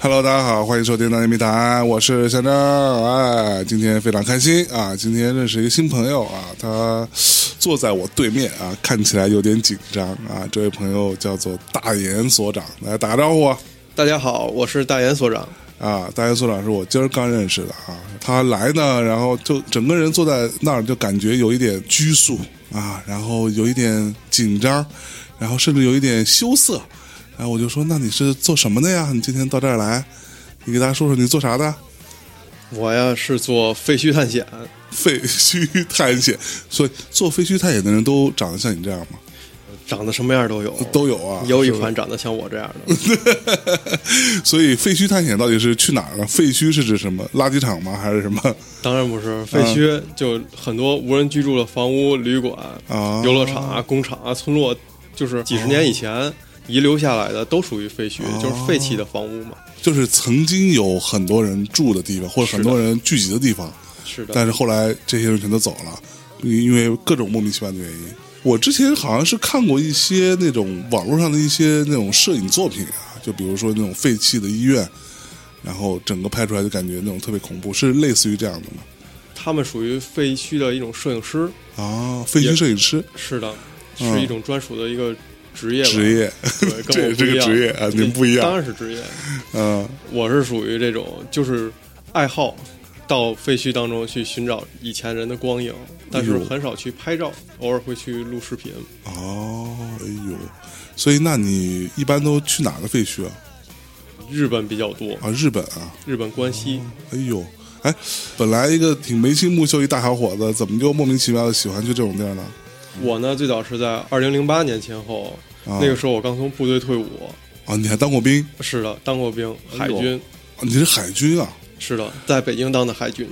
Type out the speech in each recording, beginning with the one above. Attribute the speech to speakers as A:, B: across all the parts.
A: Hello，大家好，欢迎收听《大内密谈》，我是象征。哎，今天非常开心啊！今天认识一个新朋友啊，他坐在我对面啊，看起来有点紧张啊。这位朋友叫做大岩所长，来打个招呼啊！
B: 大家好，我是大岩所长。
A: 啊，大岩所长是我今儿刚认识的啊。他来呢，然后就整个人坐在那儿，就感觉有一点拘束啊，然后有一点紧张，然后甚至有一点羞涩。然后我就说：“那你是做什么的呀？你今天到这儿来，你给大家说说你做啥的？
B: 我呀是做废墟探险，
A: 废墟探险。所以做废墟探险的人都长得像你这样吗？
B: 长得什么样都有，
A: 都有啊，
B: 有一
A: 是吧
B: 款长得像我这样的。
A: 所以废墟探险到底是去哪儿呢？废墟是指什么？垃圾场吗？还是什么
B: 当然不
A: 嗯
B: 是废墟，就很多无人居住的房屋、旅馆、
A: 啊？
B: 游乐场啊、工厂啊、村落，就是几十年以
A: 啊
B: 前遗留下来的，都属于废墟，就是废弃的房屋嘛。
A: 就是曾经有很多人住的地方，或者很多人聚集的地方，
B: 是的，
A: 但是后来这些人全都走了，因因为各种莫名其妙的原因。我之前好像是看过一些那种网络上的一些那种摄影作品啊，就比如说那种废弃的医院，然后整个拍出来就感觉那种特别恐怖，是类似于这样的吗？
B: 他们属于废墟的一种摄影师。
A: 啊，废墟
B: 也
A: 摄影师
B: 是的，
A: 嗯
B: 是一种专属的一个职业吧。
A: 职业，
B: 对，跟
A: 这
B: 我不
A: 这
B: 一
A: 个
B: 样。
A: 职业啊，您不一
B: 当
A: 样，
B: 然是职业。
A: 嗯
B: 我是属于这种，就是爱好到废墟当中去寻找以前人的光影，但
A: 哎
B: 是很少去拍照，偶尔会去录视频。
A: 哦，哎呦，所以那你一般都去哪个废墟啊？
B: 日本比较多，
A: 啊，日本啊，
B: 日本关西。
A: 哎呦，哎，本来一个挺眉清目秀一大小伙子，怎么就莫名其妙的喜欢去这种地儿呢？
B: 我呢，最早是在二零零八年前后，
A: 啊、
B: 那个时候我刚从部队退伍，
A: 啊，你还当过兵？
B: 是的，当过兵，海军，
A: 啊你是海军啊？
B: 是的，在北京当的海军。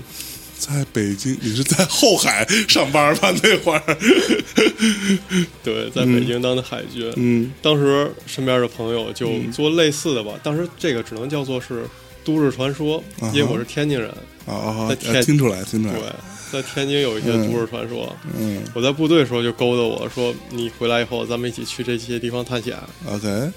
A: 在北京，你是在后海上班吧？那会儿，
B: 对，在北京当的海军。
A: 嗯，
B: 当时身边的朋友就做类似的吧，当时这个只能叫做是都市传说，
A: 啊哈
B: 因为我是天津人，
A: 啊啊，
B: 在
A: 啊
B: 天
A: 听出来，听出来，
B: 对，在天津有一些都市传说。
A: 嗯
B: 我在部队的时候就勾搭我说，你回来以后咱们一起去这些地方探险。
A: ，OK。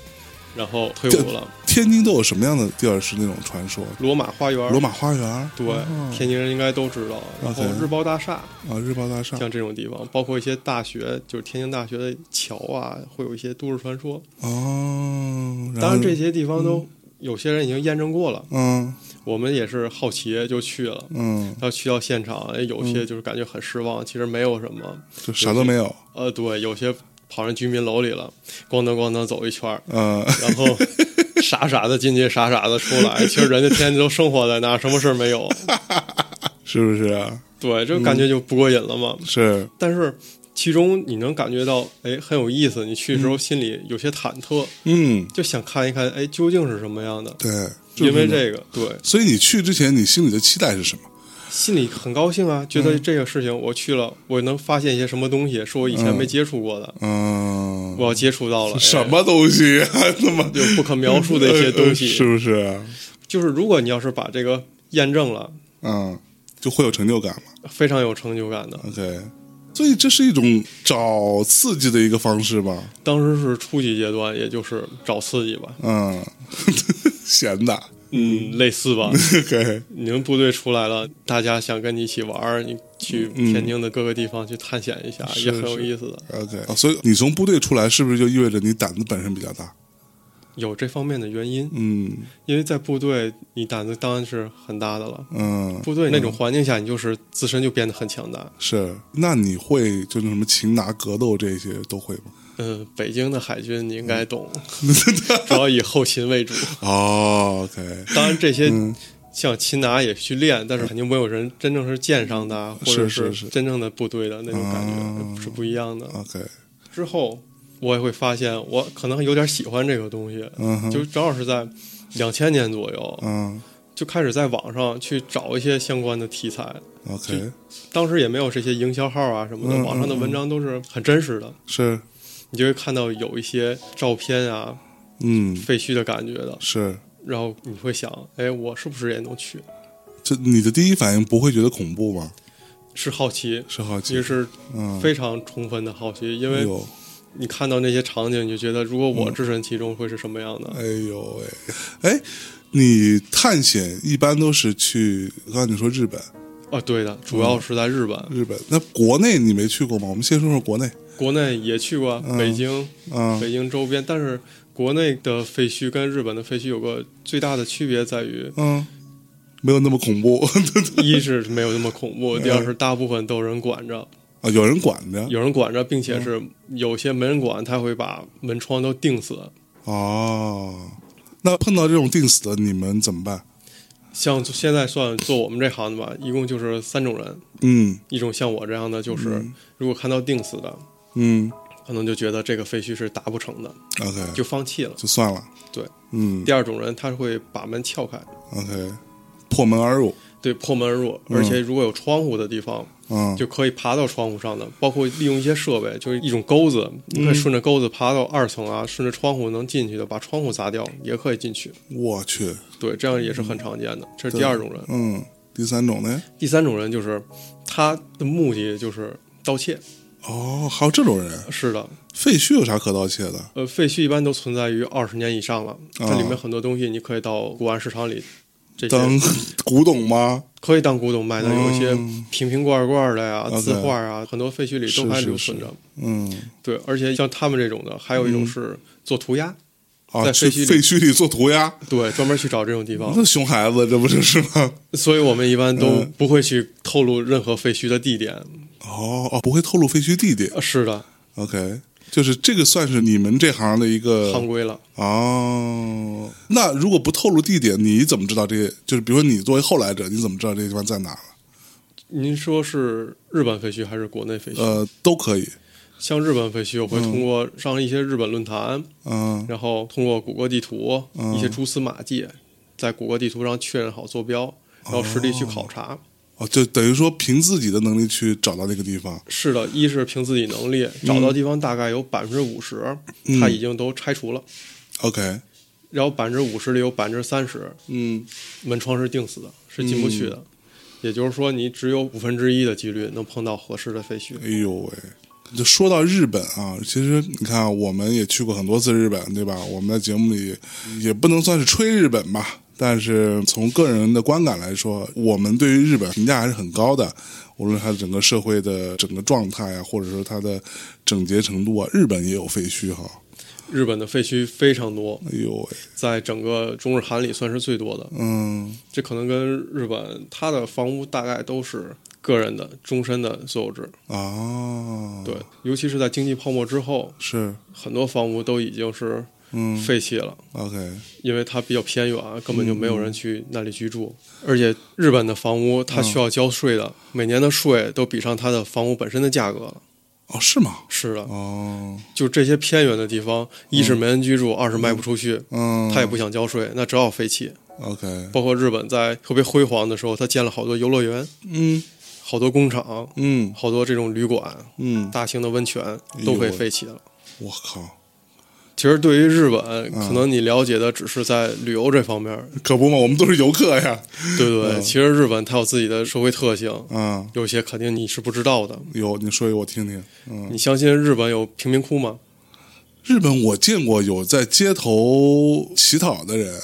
B: 然后退
A: 这
B: 伍了，
A: 天津都有什么样的地儿是那种传说？
B: 罗马花园，
A: 罗马花园，
B: 对
A: 哦，
B: 天津人应该都知道。然后
A: OK
B: 日报大厦，
A: 啊，日报大厦
B: 像这种地方，包括一些大学，就是天津大学的桥啊，会有一些都市传说。
A: 哦。
B: 当
A: 后
B: 然，这些地方都有些人已经验证过了，
A: 嗯
B: 我们也是好奇就去了。
A: 嗯，
B: 然后去到现场，哎有些就是感觉很失望，其实没有什么。
A: 就啥都没有，
B: 呃，对，有些跑人居民楼里了，咣当咣当走一圈儿，
A: 嗯，
B: 然后傻傻的进去，傻傻的出来。其实人家天天都生活在那儿，什么事儿没有。
A: 是不是啊？
B: 对，这感觉就不过瘾了嘛。
A: 是，
B: 但是其中你能感觉到，哎，很有意思。你去的时候心里有些忐忑，
A: 嗯，
B: 就想看一看，哎，究竟是什么样的。
A: 对，
B: 因为
A: 这。
B: 这个，对，
A: 所以你去之前，你心里的期待是什么？
B: 心里很高兴啊，觉得这个事情我去了，我能发现一些什么东西，是我以前没接触过的。
A: 嗯，
B: 我要接触到了哎
A: 什么东西 啊？他妈
B: 有不可描述的一些东西，
A: 呃是不是？
B: 就是如果你要是把这个验证了，
A: 嗯，就会有成就感嘛。
B: 非常有成就感的。
A: OK，所以这是一种找刺激的一个方式吧？
B: 当时是初级阶段，也就是找刺激吧，
A: 嗯， 闲的。
B: 嗯，类似吧。
A: OK，
B: 你们部队出来了，大家想跟你一起玩儿，你去天津的各个地方去探险一下，
A: 嗯是
B: 也很有意思的，
A: OK，、哦、所以你从部队出来，是不是就意味着你胆子本身比较大？
B: 有这方面的原因。
A: 嗯
B: 因为在部队，你胆子当然是很大的了。
A: 嗯，
B: 部队那种环境下，你就是自身就变得很强大。
A: 是。那你会就是什么擒拿、格斗这些都会吗？
B: 嗯，北京的海军你应该懂，
A: 嗯
B: 主要以后勤为主。
A: 哦，OK，
B: 当然这些
A: 嗯
B: 像擒拿也去练，但是肯定没有人真正是剑上的啊，或
A: 是
B: 者
A: 是是
B: 真正的部队的那种感
A: 啊
B: 觉是不一样的。
A: OK，
B: 之后我也会发现，我可能有点喜欢这个东西，
A: 嗯哼，
B: 就正好是在两千年左右，
A: 嗯
B: 就开始在网上去找一些相关的题材。
A: ，OK，
B: 当时也没有这些营销号啊什么
A: 嗯
B: 的，
A: 嗯
B: 网上的文章都是很真实的，
A: 是，
B: 你就会看到有一些照片啊、
A: 嗯，
B: 废墟的感觉的，
A: 是，
B: 然后你会想，哎，我是不是也能去？
A: 就你的第一反应不会觉得恐怖吗？
B: 是好奇，
A: 是好奇，
B: 其实是
A: 嗯，
B: 非常充分的好奇，因
A: 哎
B: 为
A: 呦
B: 你看到那些场景，你就觉得如果我置身其中会是什么样的？
A: 哎呦喂、哎，你探险一般都是去，刚才你说日本，
B: 啊，对的，主要是在日本，
A: 日本那国内你没去过吗？我们先说说国内
B: 国内也去过啊，北京、
A: 啊，
B: 北京周边，但是国内的废墟跟日本的废墟有个最大的区别在于，
A: 嗯，没有那么恐怖
B: 一是没有那么恐怖，第二是大部分都有人管着，
A: 啊，有人管着
B: 有人管着，并且是有些没人管，他会把门窗都钉死。
A: 哦。那碰到这种定死的，你们怎么办？
B: 像现在算做我们这行的吧，一共就是三种人，
A: 嗯
B: 一种像我这样的，就是如果看到钉死的，
A: 嗯
B: 可能就觉得这个废墟是达不成的，
A: ，OK，
B: 就放弃了。
A: 就算了。
B: 对，
A: 嗯
B: 第二种人他会把门撬开，
A: ，OK，破门而入，
B: 对，破门而入，而且如果有窗户的地方，
A: 嗯，
B: 就可以爬到窗户上的，包括利用一些设备，就是一种钩子，你可以顺着钩子爬到二层啊，顺着窗户能进去的，把窗户砸掉也可以进去。
A: 我去，
B: 对，这样也是很常见的。这是第二种人，
A: 嗯，第三种呢？
B: 第三种人就是他的目的就是盗窃。
A: 哦，还有这种人，
B: 是的，
A: 废墟有啥可盗窃的？
B: 呃，废墟一般都存在于二十年以上了，它
A: 啊
B: 里面很多东西你可以到古玩市场里，这些
A: 当古董吗？
B: 可以当古董卖的，有一些
A: 嗯
B: 瓶瓶罐罐的呀、
A: OK
B: 字画啊，很多废墟里都还
A: 是是
B: 留存着。
A: 嗯，
B: 对，而且像他们这种的，还有一种是做涂鸦，
A: 啊，
B: 在
A: 去
B: 废墟里哦
A: 废墟里做涂鸦，
B: 对，专门去找这种地方
A: 那。熊孩子，这不就是吗？
B: 所以我们一般都
A: 嗯
B: 不会去透露任何废墟的地点。
A: 哦哦，不会透露废墟地点
B: 呃是的，
A: ，OK，就是这个算是你们这行的一个
B: 行规了。
A: 哦，那如果不透露地点，你怎么知道这些？就是比如说你作为后来者，你怎么知道这地方在哪了？
B: 您说是日本废墟还是国内废墟？
A: 呃，嗯都可以。
B: 像日本废墟，我会通过上一些日本论坛，
A: 嗯
B: 然后通过谷歌地图、
A: 嗯
B: 一些蛛丝马迹，在谷歌地图上确认好坐标，然后实地去考察。
A: 哦，就等于说凭自己的能力去找到那个地方。
B: 是的，一是凭自己能力找到地方，大概有百分之五十，它已经都拆除了，
A: OK，
B: 然后百分之五十里有百分之三十
A: 嗯，
B: 门窗是钉死的，是进不去的。也就是说，你只有五分之一的几率能碰到合适的废墟。
A: 哎呦喂。就说到日本啊，其实你看啊，我们也去过很多次日本，对吧？我们在节目里也不能算是吹日本吧，但是从个人的观感来说，我们对于日本评价还是很高的。无论它整个社会的整个状态啊，或者说它的整洁程度啊，日本也有废墟哈。
B: 日本的废墟非常多，
A: 哎呦喂，
B: 在整个中日韩里算是最多的。
A: 嗯
B: 这可能跟日本它的房屋大概都是个人的终身的所有制。
A: 啊，
B: 对，，尤其是在经济泡沫之后，
A: 是，
B: 很多房屋都已经是
A: 嗯
B: 废弃了。
A: ，OK，
B: 因为它比较偏远，根本就没有人去
A: 嗯
B: 那里居住。而且日本的房屋，它需要交税的，每年的税都比上它的房屋本身的价格了。
A: 哦，是吗？
B: 是的，
A: 哦，
B: 就这些偏远的地方，一是没人居住，二是卖不出去，
A: 嗯，
B: 他也不想交税，那只好废弃。
A: OK，
B: 包括日本在特别辉煌的时候，他建了好多游乐园、
A: 嗯
B: 好多工厂、
A: 嗯
B: 好多这种旅馆、
A: 嗯，
B: 大型的温泉都
A: 哎
B: 被
A: 呦
B: 废弃了。
A: 我靠，
B: 其实对于日
A: 嗯
B: 本，可能你了解的只是在旅游这方面，
A: 可不嘛，我们都是游客呀，
B: 对对
A: 嗯
B: 对。其实日本它有自己的社会特性，
A: 啊，
B: 有些肯定你是不知道的。
A: 有你说一个我听听，嗯，
B: 你相信日本有贫民窟吗？
A: 日本我见过有在街头乞讨的人，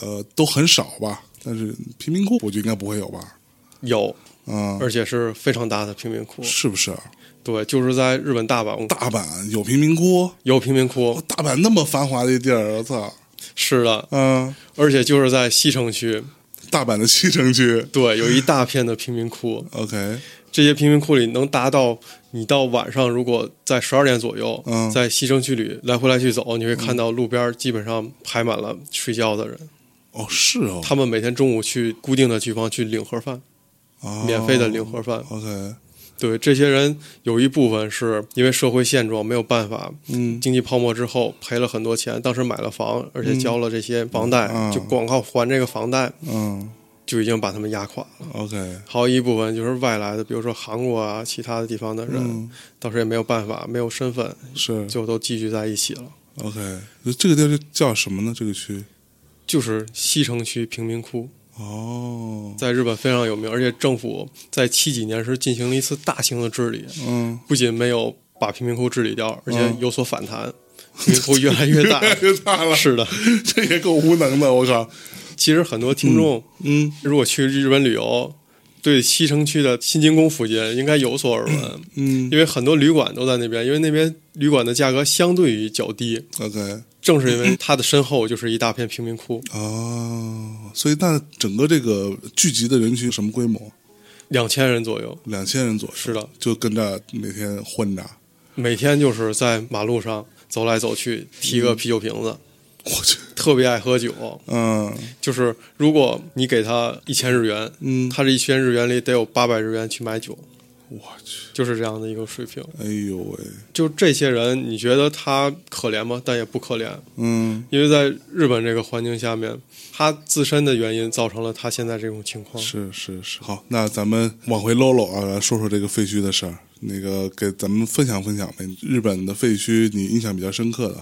A: 呃，都很少吧，但是贫民窟我觉得应该不会有吧，
B: 有，
A: 啊，
B: 而且是非常大的贫民窟。
A: 是不是？
B: 对，就是在日本大阪
A: 大阪有贫民窟，
B: 有贫民窟，
A: 大阪那么繁华的地儿，我操，
B: 是的，
A: 嗯、
B: 而且就是在西城区，
A: 大阪的西城区
B: 对，有一大片的贫 民窟。
A: ，OK，
B: 这些贫民窟里能达到你到晚上，如果在十二点左右，
A: 嗯
B: 在西城区里来回来去走，你会看到路边基本上排满了睡觉的人。
A: 哦，是哦，
B: 他们每天中午去固定的地方去领盒饭，
A: 哦
B: 免费的领盒饭。
A: ，OK，
B: 对，这些人有一部分是因为社会现状没有办法，
A: 嗯
B: 经济泡沫之后赔了很多钱，当时买了房，而且交了这些房贷，
A: 嗯啊
B: 就光靠还这个房贷
A: 嗯
B: 就已经把他们压垮了。
A: ，OK，
B: 还有一部分就是外来的，比如说韩国啊，其他的地方的人，
A: 嗯
B: 当时也没有办法，没有身份，
A: 是
B: 就都聚集在一起了。
A: ，OK，这个地儿叫什么呢？这个区？
B: 就是西城区贫民窟，
A: 哦，
B: 在日本非常有名，而且政府在七几年时进行了一次大型的治理，
A: 嗯
B: 不仅没有把贫民窟治理掉，而且有所反弹，贫民窟越来越大。
A: 越大了，
B: 是的，
A: 这也够无能的，我靠，
B: 其实很多听众
A: 嗯
B: 如果去日本旅游，对西城区的新津宫附近应该有所耳闻，
A: 嗯
B: 因为很多旅馆都在那边，因为那边旅馆的价格相对于较低，
A: ，OK，
B: 正是因为它的身后就是一大片贫民窟，
A: 哦，所以那整个这个聚集的人群什么规模？
B: 两千人左右，
A: 两千人左右，
B: 是的，
A: 就跟这每天混着，
B: 每天就是在马路上走来走去，提个啤酒瓶子，
A: 我去，
B: 特别爱喝酒。
A: 嗯
B: 就是如果你给他一千日元，
A: 嗯，
B: 他这一千日元里得有八百日元去买酒，
A: 我去，
B: 就是这样的一个水平。
A: 哎呦喂，
B: 就这些人，你觉得他可怜吗？但也不可怜，
A: 嗯，
B: 因为在日本这个环境下面，他自身的原因造成了他现在这种情况。
A: 是是是，好，那咱们往回搂搂啊，来说说这个废墟的事儿。那个给咱们分享分享呗，日本的废墟你印象比较深刻的，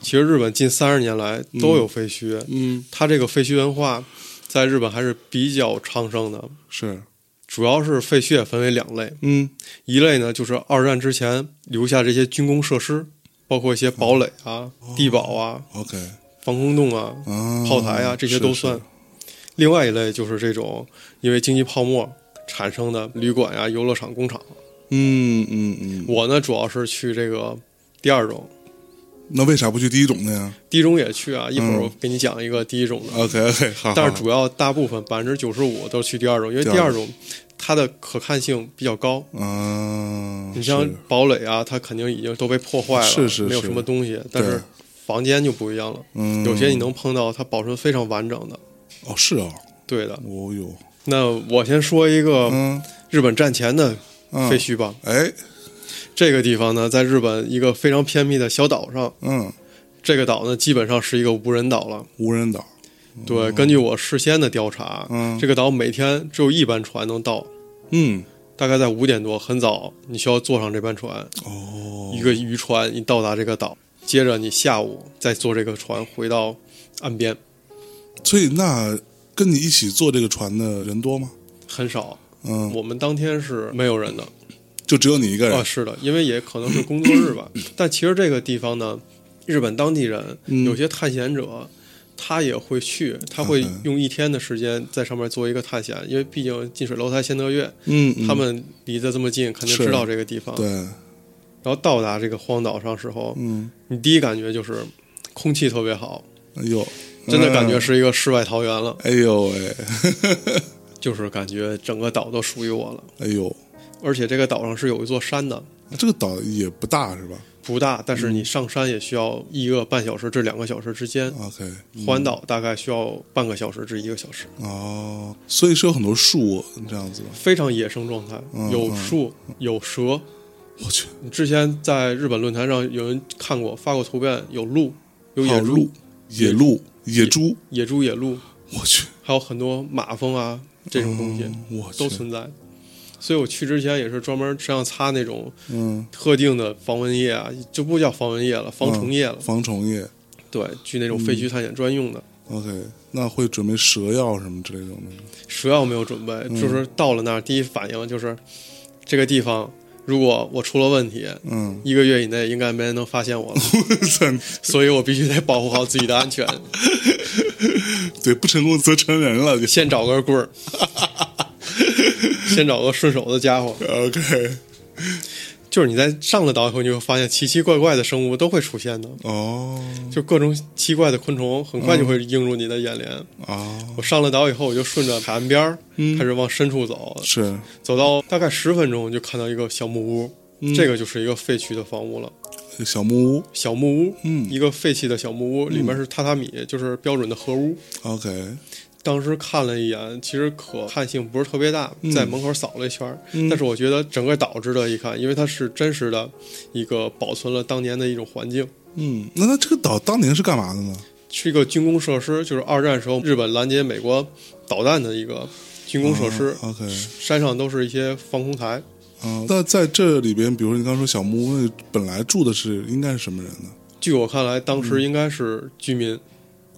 B: 其实日本近三十年来都有废墟，
A: 嗯，
B: 它这个废墟文化在日本还是比较昌盛的。
A: 是，
B: 主要是废墟也分为两类，
A: 嗯
B: 一类呢就是二战之前留下这些军工设施，包括一些堡垒啊、地堡啊、
A: ，OK，
B: 防空洞啊、
A: 啊，
B: 炮台啊，这些都算
A: 是。
B: 另外一类就是这种因为经济泡沫产生的旅馆呀、游乐场、工厂。
A: 是嗯嗯嗯，
B: 我呢主要是去这个第二种，
A: 那为啥不去第一种的呀
B: 第一种也去啊。一会儿
A: 嗯
B: 我给你讲一个第一种的，
A: ？OK OK，好，
B: 但是
A: 好
B: 主要大部分百分之九十五都是去第二种，因为
A: 第
B: 第
A: 二
B: 二种它的可看性比较高。
A: 啊，
B: 你像
A: 是
B: 堡垒啊，它肯定已经都被破坏了，
A: 是是
B: 没有
A: 是
B: 什么东西。但
A: 对
B: 是房间就不一样了，
A: 嗯，
B: 有些你能碰到它保存非常完整的。
A: 哦是啊，
B: 对的，
A: 哦哟，
B: 那我先说一个
A: 嗯
B: 日本战前的
A: 嗯，
B: 废，墟吧。
A: 哎，
B: 这个地方呢，在日本一个非常偏僻的小岛上，
A: 嗯，
B: 这个岛呢基本上是一个无人岛了。
A: 无人岛，
B: 对，根据我事先的调查，
A: 嗯
B: 这个岛每天只有一班船能到，
A: 嗯，
B: 大概在五点多，很早，你需要坐上这班船，
A: 哦，
B: 一个渔船，你到达这个岛，接着你下午再坐这个船回到岸边，
A: 所以那跟你一起坐这个船的人多吗？
B: 很少。
A: 嗯，
B: 我们当天是没有人的
A: 就只有你一个人
B: 啊，，是的，因为也可能是工作日吧。 但其实这个地方呢，日本当地人
A: 嗯
B: 有些探险者，他也会去，他会
A: 嗯
B: 用一天的时间在上面做一个探险，因为毕竟近水楼台先得月，
A: 嗯，嗯
B: 他们离得这么近，肯定
A: 是
B: 知道这个地方。
A: 对，
B: 然后到达这个荒岛上时候，
A: 嗯，
B: 你第一感觉就是空气特别好，
A: 哎呦，
B: 真的感觉
A: 嗯，
B: 是一个世外桃源了，
A: 哎呦喂，
B: 就是感觉整个岛都属于我了。
A: 哎呦，
B: 而且这个岛上是有一座山的，
A: 这个岛也不大是吧
B: 不大，但
A: 嗯
B: 是你上山也需要一个半小时至两个小时之间，
A: ？OK，嗯
B: 环岛大概需要半个小时至一个小时，
A: 哦，所以是有很多树这样子的，
B: 非常野生状态
A: 嗯，
B: 有树有蛇。
A: 我去，
B: 你之前在日本论坛上有人看过发过图片，有鹿，有
A: 还
B: 野
A: 有
B: 猪
A: 鹿、，野鹿、野猪，
B: 野猪、野鹿，
A: 我去，
B: 还有很多马蜂啊这种东西
A: 嗯我去
B: 都存在。所以我去之前也是专门身上擦那种
A: 嗯，
B: 特定的防蚊液啊，就不叫防蚊液了，防
A: 嗯
B: 虫液了，
A: 防虫液
B: 对，去那种
A: 嗯
B: 废墟探险专用的。
A: ，OK，那会准备蛇药什么之类的吗？
B: 蛇药没有准备，
A: 嗯
B: 就是到了那儿第一反应就是，这个地方如果我出了问题，
A: 嗯，
B: 一个月以内应该没人能发 现我了，
A: 操
B: 所以我必须得保护好自己的安全，
A: 对，不成功则成人了，就
B: 先找根棍儿，先找个顺手的家伙。
A: OK，
B: 就是你在上了岛以后，你会发现奇奇怪怪的生物都会出现的，
A: 哦，
B: 就各种奇怪的昆虫，很快就会映入你的眼帘。
A: 啊，
B: 我上了岛以后，我就顺着海岸边儿
A: 嗯
B: 开始往深处走，
A: 是，
B: 走到大概十分钟就看到一个小木屋，
A: 嗯
B: 这个就是一个废墟的房屋了。
A: 小木屋
B: 小木屋，
A: 嗯
B: 一个废弃的小木屋，里面是榻榻米，就是标准的合屋。
A: ，OK，
B: 当时看了一眼，其实可看性不是特别大，在门口扫了一圈儿，
A: 嗯
B: 但是我觉得整个岛值得一看，因为它是真实的一个保存了当年的一种环境，
A: 嗯，那它这个岛当年是干嘛的呢？
B: 是一个军工设施，就是二战时候日本拦截美国导弹的一个军工设施。
A: 啊，OK，
B: 山上都是一些防空台，
A: 啊，那在这里边，比如说你刚说小木屋，那本来住的是应该是什么人呢？
B: 据我看来，当时应该是居民、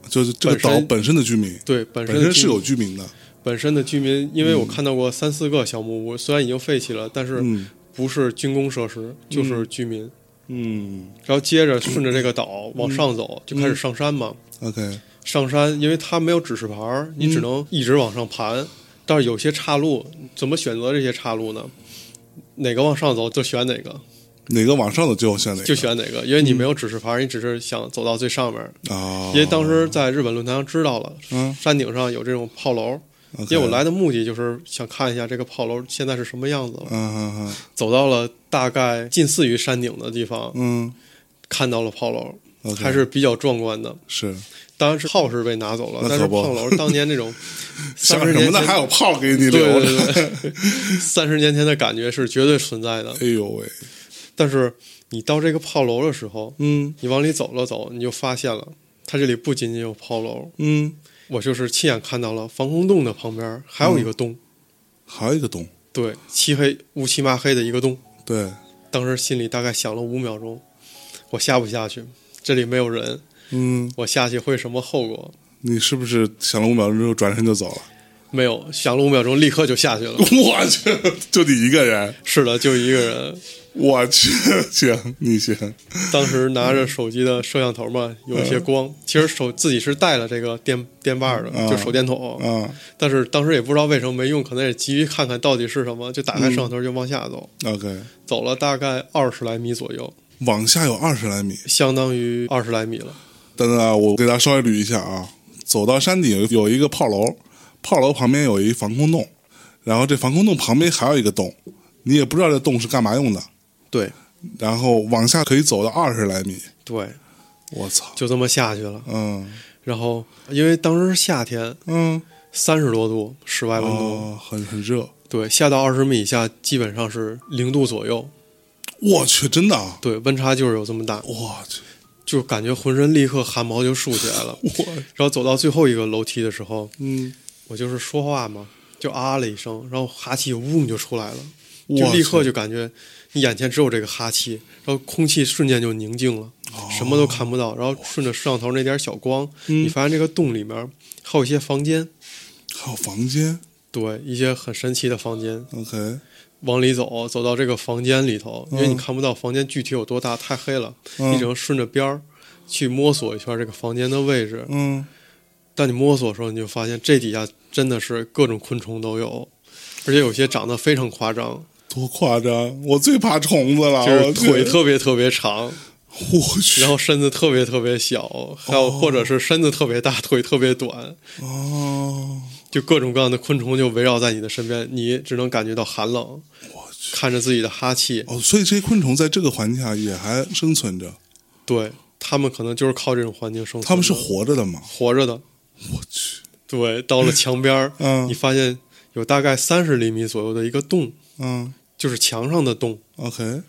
A: 就是这个
B: 本身
A: 岛本身的居民，
B: 对本身
A: 本身
B: 的居
A: 是
B: 民
A: 有居民的，
B: 本身的居民，因为我看到过三四个小木屋，虽然已经废弃了，但是
A: 嗯
B: 不是军工设施，就是居民。
A: 嗯
B: 然后接着顺着这个岛往上走，就开始上山嘛。
A: ，OK，
B: 上山，因为它没有指示牌儿，你只能一直往上盘。但是有些岔路，怎么选择这些岔路呢？哪个往上走就选哪个，
A: 哪个往上走就选哪个，
B: 就选哪个，因为你没有指示牌儿，你只是想走到最上面儿。
A: 啊，
B: 因为当时在日本论坛上知道了，
A: 嗯
B: 山顶上有这种炮楼。
A: OK，
B: 因为我来的目的就是想看一下这个炮楼现在是什么样子了。
A: 嗯，嗯嗯
B: 走到了大概近似于山顶的地方，
A: 嗯
B: 看到了炮楼，
A: ，OK，
B: 还是比较壮观的。
A: 是
B: 当然是炮是被拿走了，
A: 那
B: 但
A: 可
B: 是
A: 不
B: 炮楼当年那种
A: 想
B: 三十
A: 什么
B: 年前
A: 呢？还有炮给你
B: 对
A: 留着，
B: 对对对， 三十年前的感觉是绝对存在的。
A: 哎呦喂，
B: 但是你到这个炮楼的时候，
A: 嗯
B: 你往里走了走，你就发现了，它这里不仅仅有炮楼，
A: 嗯，
B: 我就是亲眼看到了防空洞的旁边还有一个洞，
A: 嗯还有一个洞，
B: 对，漆黑乌漆嘛黑的一个洞。
A: 对，
B: 当时心里大概想了五秒钟，我下不下去？这里没有人，
A: 嗯，
B: 我下去会什么后果？
A: 你是不是想了五秒钟之后转身就 走了？
B: 没有，想了五秒钟，立刻就下 去了。
A: 我去，就你一个人，
B: 是的，就一个人，
A: 我去，行，你行，
B: 当时拿着手机的摄像头嘛，
A: 嗯
B: 有一些光。其实手自己是带了这个电电棒的，
A: 嗯
B: 就手电筒，
A: 啊
B: 但是当时也不知道为什么没用，可能也急于看看到底是什么，就打开摄像头就往下走，
A: ，OK，
B: 走了大概二十来米左右，
A: 往下有二十来米，
B: 相当于二十来米了。
A: 等等啊，我给大家稍微捋一下啊。走到山顶有有一个炮楼，炮楼旁边有一防空洞，然后这防空洞旁边还有一个洞，你也不知道这洞是干嘛用的。
B: 对
A: 然后往下可以走到二十来米，
B: 对，
A: 我操！
B: 就这么下去了。
A: 嗯
B: 然后因为当时是夏天，
A: 嗯，
B: 三十多度室外温度，
A: 哦，很很热，
B: 对，下到二十米以下基本上是零度左右，
A: 我去，真的啊，
B: 对，温差就是有这么大，
A: 我去，
B: 就感觉浑身立刻汗毛就竖起来了。
A: 我
B: 然后走到最后一个楼梯的时候，
A: 嗯，
B: 我就是说话嘛，就啊了一声，然后哈气嗡就出来了，就
A: 我
B: 立刻
A: 去
B: 就感觉你眼前只有这个哈气，然后空气瞬间就宁静了，
A: 哦
B: 什么都看不到。然后顺着摄像头那点小光，
A: 嗯
B: 你发现这个洞里面还有一些房间，
A: 还有房间
B: 对，一些很神奇的房间。
A: ，OK，
B: 往里走，走到这个房间里头，因为你
A: 嗯
B: 看不到房间具体有多大，太黑了，
A: 嗯
B: 你只能顺着边儿去摸索一圈这个房间的位置。
A: 嗯，
B: 当你摸索的时候，你就发现这底下真的是各种昆虫都有，而且有些长得非常夸张，
A: 多夸张！我最怕虫子了，
B: 就是
A: 我去
B: 腿，特别特别长，
A: 我去，
B: 然后身子特别特别小，还有或者是身子特别大，腿特别短，
A: 哦，
B: 就各种各样的昆虫就围绕在你的身边，你只能感觉到寒冷，
A: 我去。
B: 看着自己的哈气，
A: 哦，所以这些昆虫在这个环境下也还生存着，
B: 对他们可能就是靠这种环境生存的，
A: 它们是活着的吗？
B: 活着的。
A: 我去，
B: 对，到了墙边儿，
A: 嗯
B: 你发现有大概三十厘米左右的一个洞，
A: 嗯
B: 就是墙上的洞。
A: ，OK，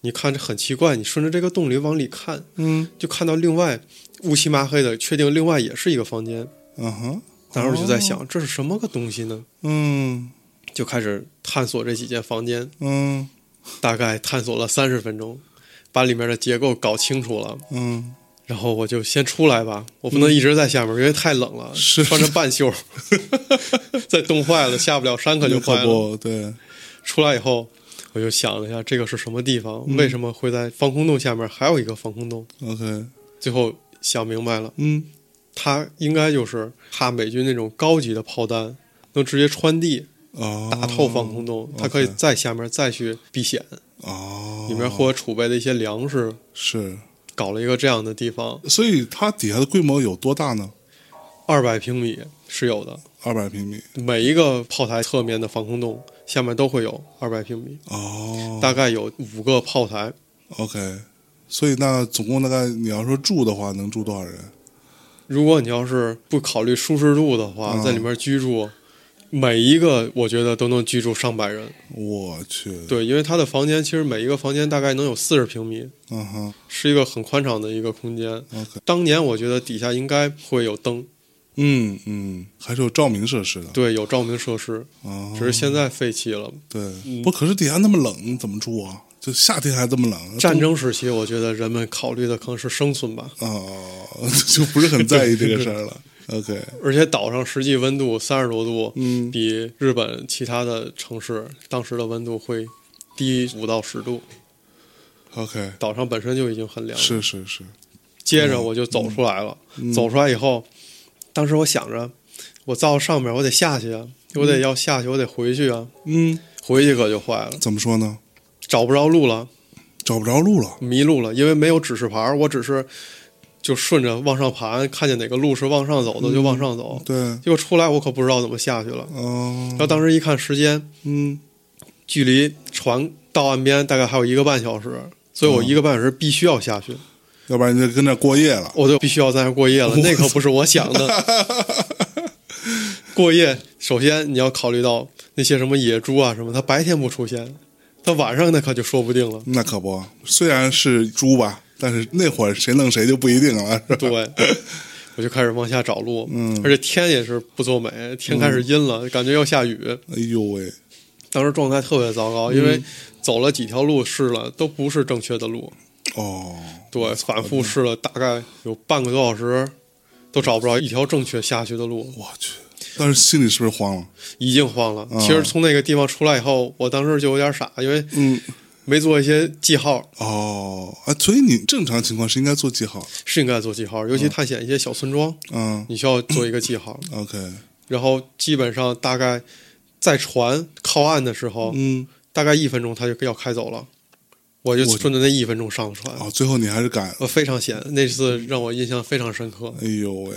B: 你看着很奇怪，你顺着这个洞里往里看，
A: 嗯，
B: 就看到另外乌漆麻黑的，确定另外也是一个房间。
A: 嗯哼，
B: 当时我就在想，这是什么个东西呢？
A: 嗯
B: 就开始探索这几间房间，
A: 嗯
B: 大概探索了三十分钟，把里面的结构搞清楚了。
A: 嗯，
B: 然后我就先出来吧，我不能一直在下面，因为太冷了，
A: 是
B: 穿着半 袖，再冻坏了，下不了山可就坏
A: 可
B: 了。
A: 不对，
B: 出来以后，我就想了一下，这个是什么地方？为什么会在防空洞下面还有一个防空洞？
A: ，OK，
B: 最后想明白了，
A: 嗯，
B: 它应该就是怕美军那种高级的炮弹能直接穿地
A: 哦，
B: 打透防空洞，它可以
A: OK
B: 在下面再去避险。
A: 哦，
B: 里面或者储备的一些粮食，
A: 是，
B: 搞了一个这样的地方，
A: 所以它底下的规模有多大呢？
B: 二百平米是有的。
A: 二百平米，
B: 每一个炮台侧面的防空洞下面都会有二百平米，
A: 哦
B: 大概有五个炮台。
A: ，OK，所以那总共大概你要说住的话，能住多少人？
B: 如果你要是不考虑舒适度的话，
A: 嗯
B: 在里面居住，每一个我觉得都能居住上百人。
A: 我去，，
B: 对，因为它的房间其实每一个房间大概能有四十平米，
A: 嗯哼
B: 是一个很宽敞的一个空间。
A: ，OK，
B: 当年我觉得底下应该会有灯，
A: 嗯嗯，还是有照明设施的，
B: 对，有照明设施，
A: 哦，
B: 只是现在废弃了。
A: 对，不，可是底下那么冷，怎么住啊？就夏天还这么冷，
B: 战争时期，我觉得人们考虑的可能是生存吧，
A: 啊、 就不是很在意这个事儿了。OK，
B: 而且岛上实际温度三十多度，
A: 嗯
B: 比日本其他的城市当时的温度会低五到十度，
A: ，OK，
B: 岛上本身就已经很凉了。
A: 是是是，
B: 接着我就走出来了。走出来以后，当时我想着，我到上面我得下去啊，我得要下去，我得回去啊。
A: 嗯，
B: 回去可就坏了，
A: 怎么说呢？
B: 找不着路了，
A: 找不着路了，
B: 迷路了，因为没有指示牌儿，我只是就顺着往上爬，看见哪个路是往上走的就往上走。
A: 对，
B: 结果出来我可不知道怎么下去了。
A: 哦、
B: 然后当时一看时间，
A: 嗯，
B: 距离船到岸边大概还有一个半小时，所以我一个半小时必须要下去，
A: 要不然你就跟那过夜了，
B: 我就必须要在那儿过夜了。那可不是我想的。过夜，首先你要考虑到那些什么野猪啊什么，它白天不出现，它晚上那可就说不定了。
A: 那可不，虽然是猪吧，但是那会儿谁弄谁就不一定了， 是吧？
B: 对，我就开始往下找路，
A: 嗯
B: 而且天也是不作美，天开始阴了，感觉要下雨。
A: 哎呦喂，
B: 当时状态特别糟糕，因为走了几条路试了，都不是正确的路。
A: 哦，
B: 对，反复试了大概有半个多小时，都找不着一条正确下去的路，
A: 我去，当时心里是不是慌了？
B: 已经慌了。其实从那个地方出来以后，我当时就有点傻，因为
A: 嗯，
B: 没做一些记号，
A: 哦，啊，所以你正常情况是应该做记号的，
B: 是应该做记号，尤其探险一些小村庄，
A: 嗯
B: 你需要做一个记号。
A: ，OK，
B: 然后基本上大概在船靠岸的时候，
A: 嗯，
B: 大概一分钟它就要开走了，我就顺着那一分钟上船，
A: 哦，最后你还是敢，
B: 我非常险，那次让我印象非常深刻。
A: 哎呦喂，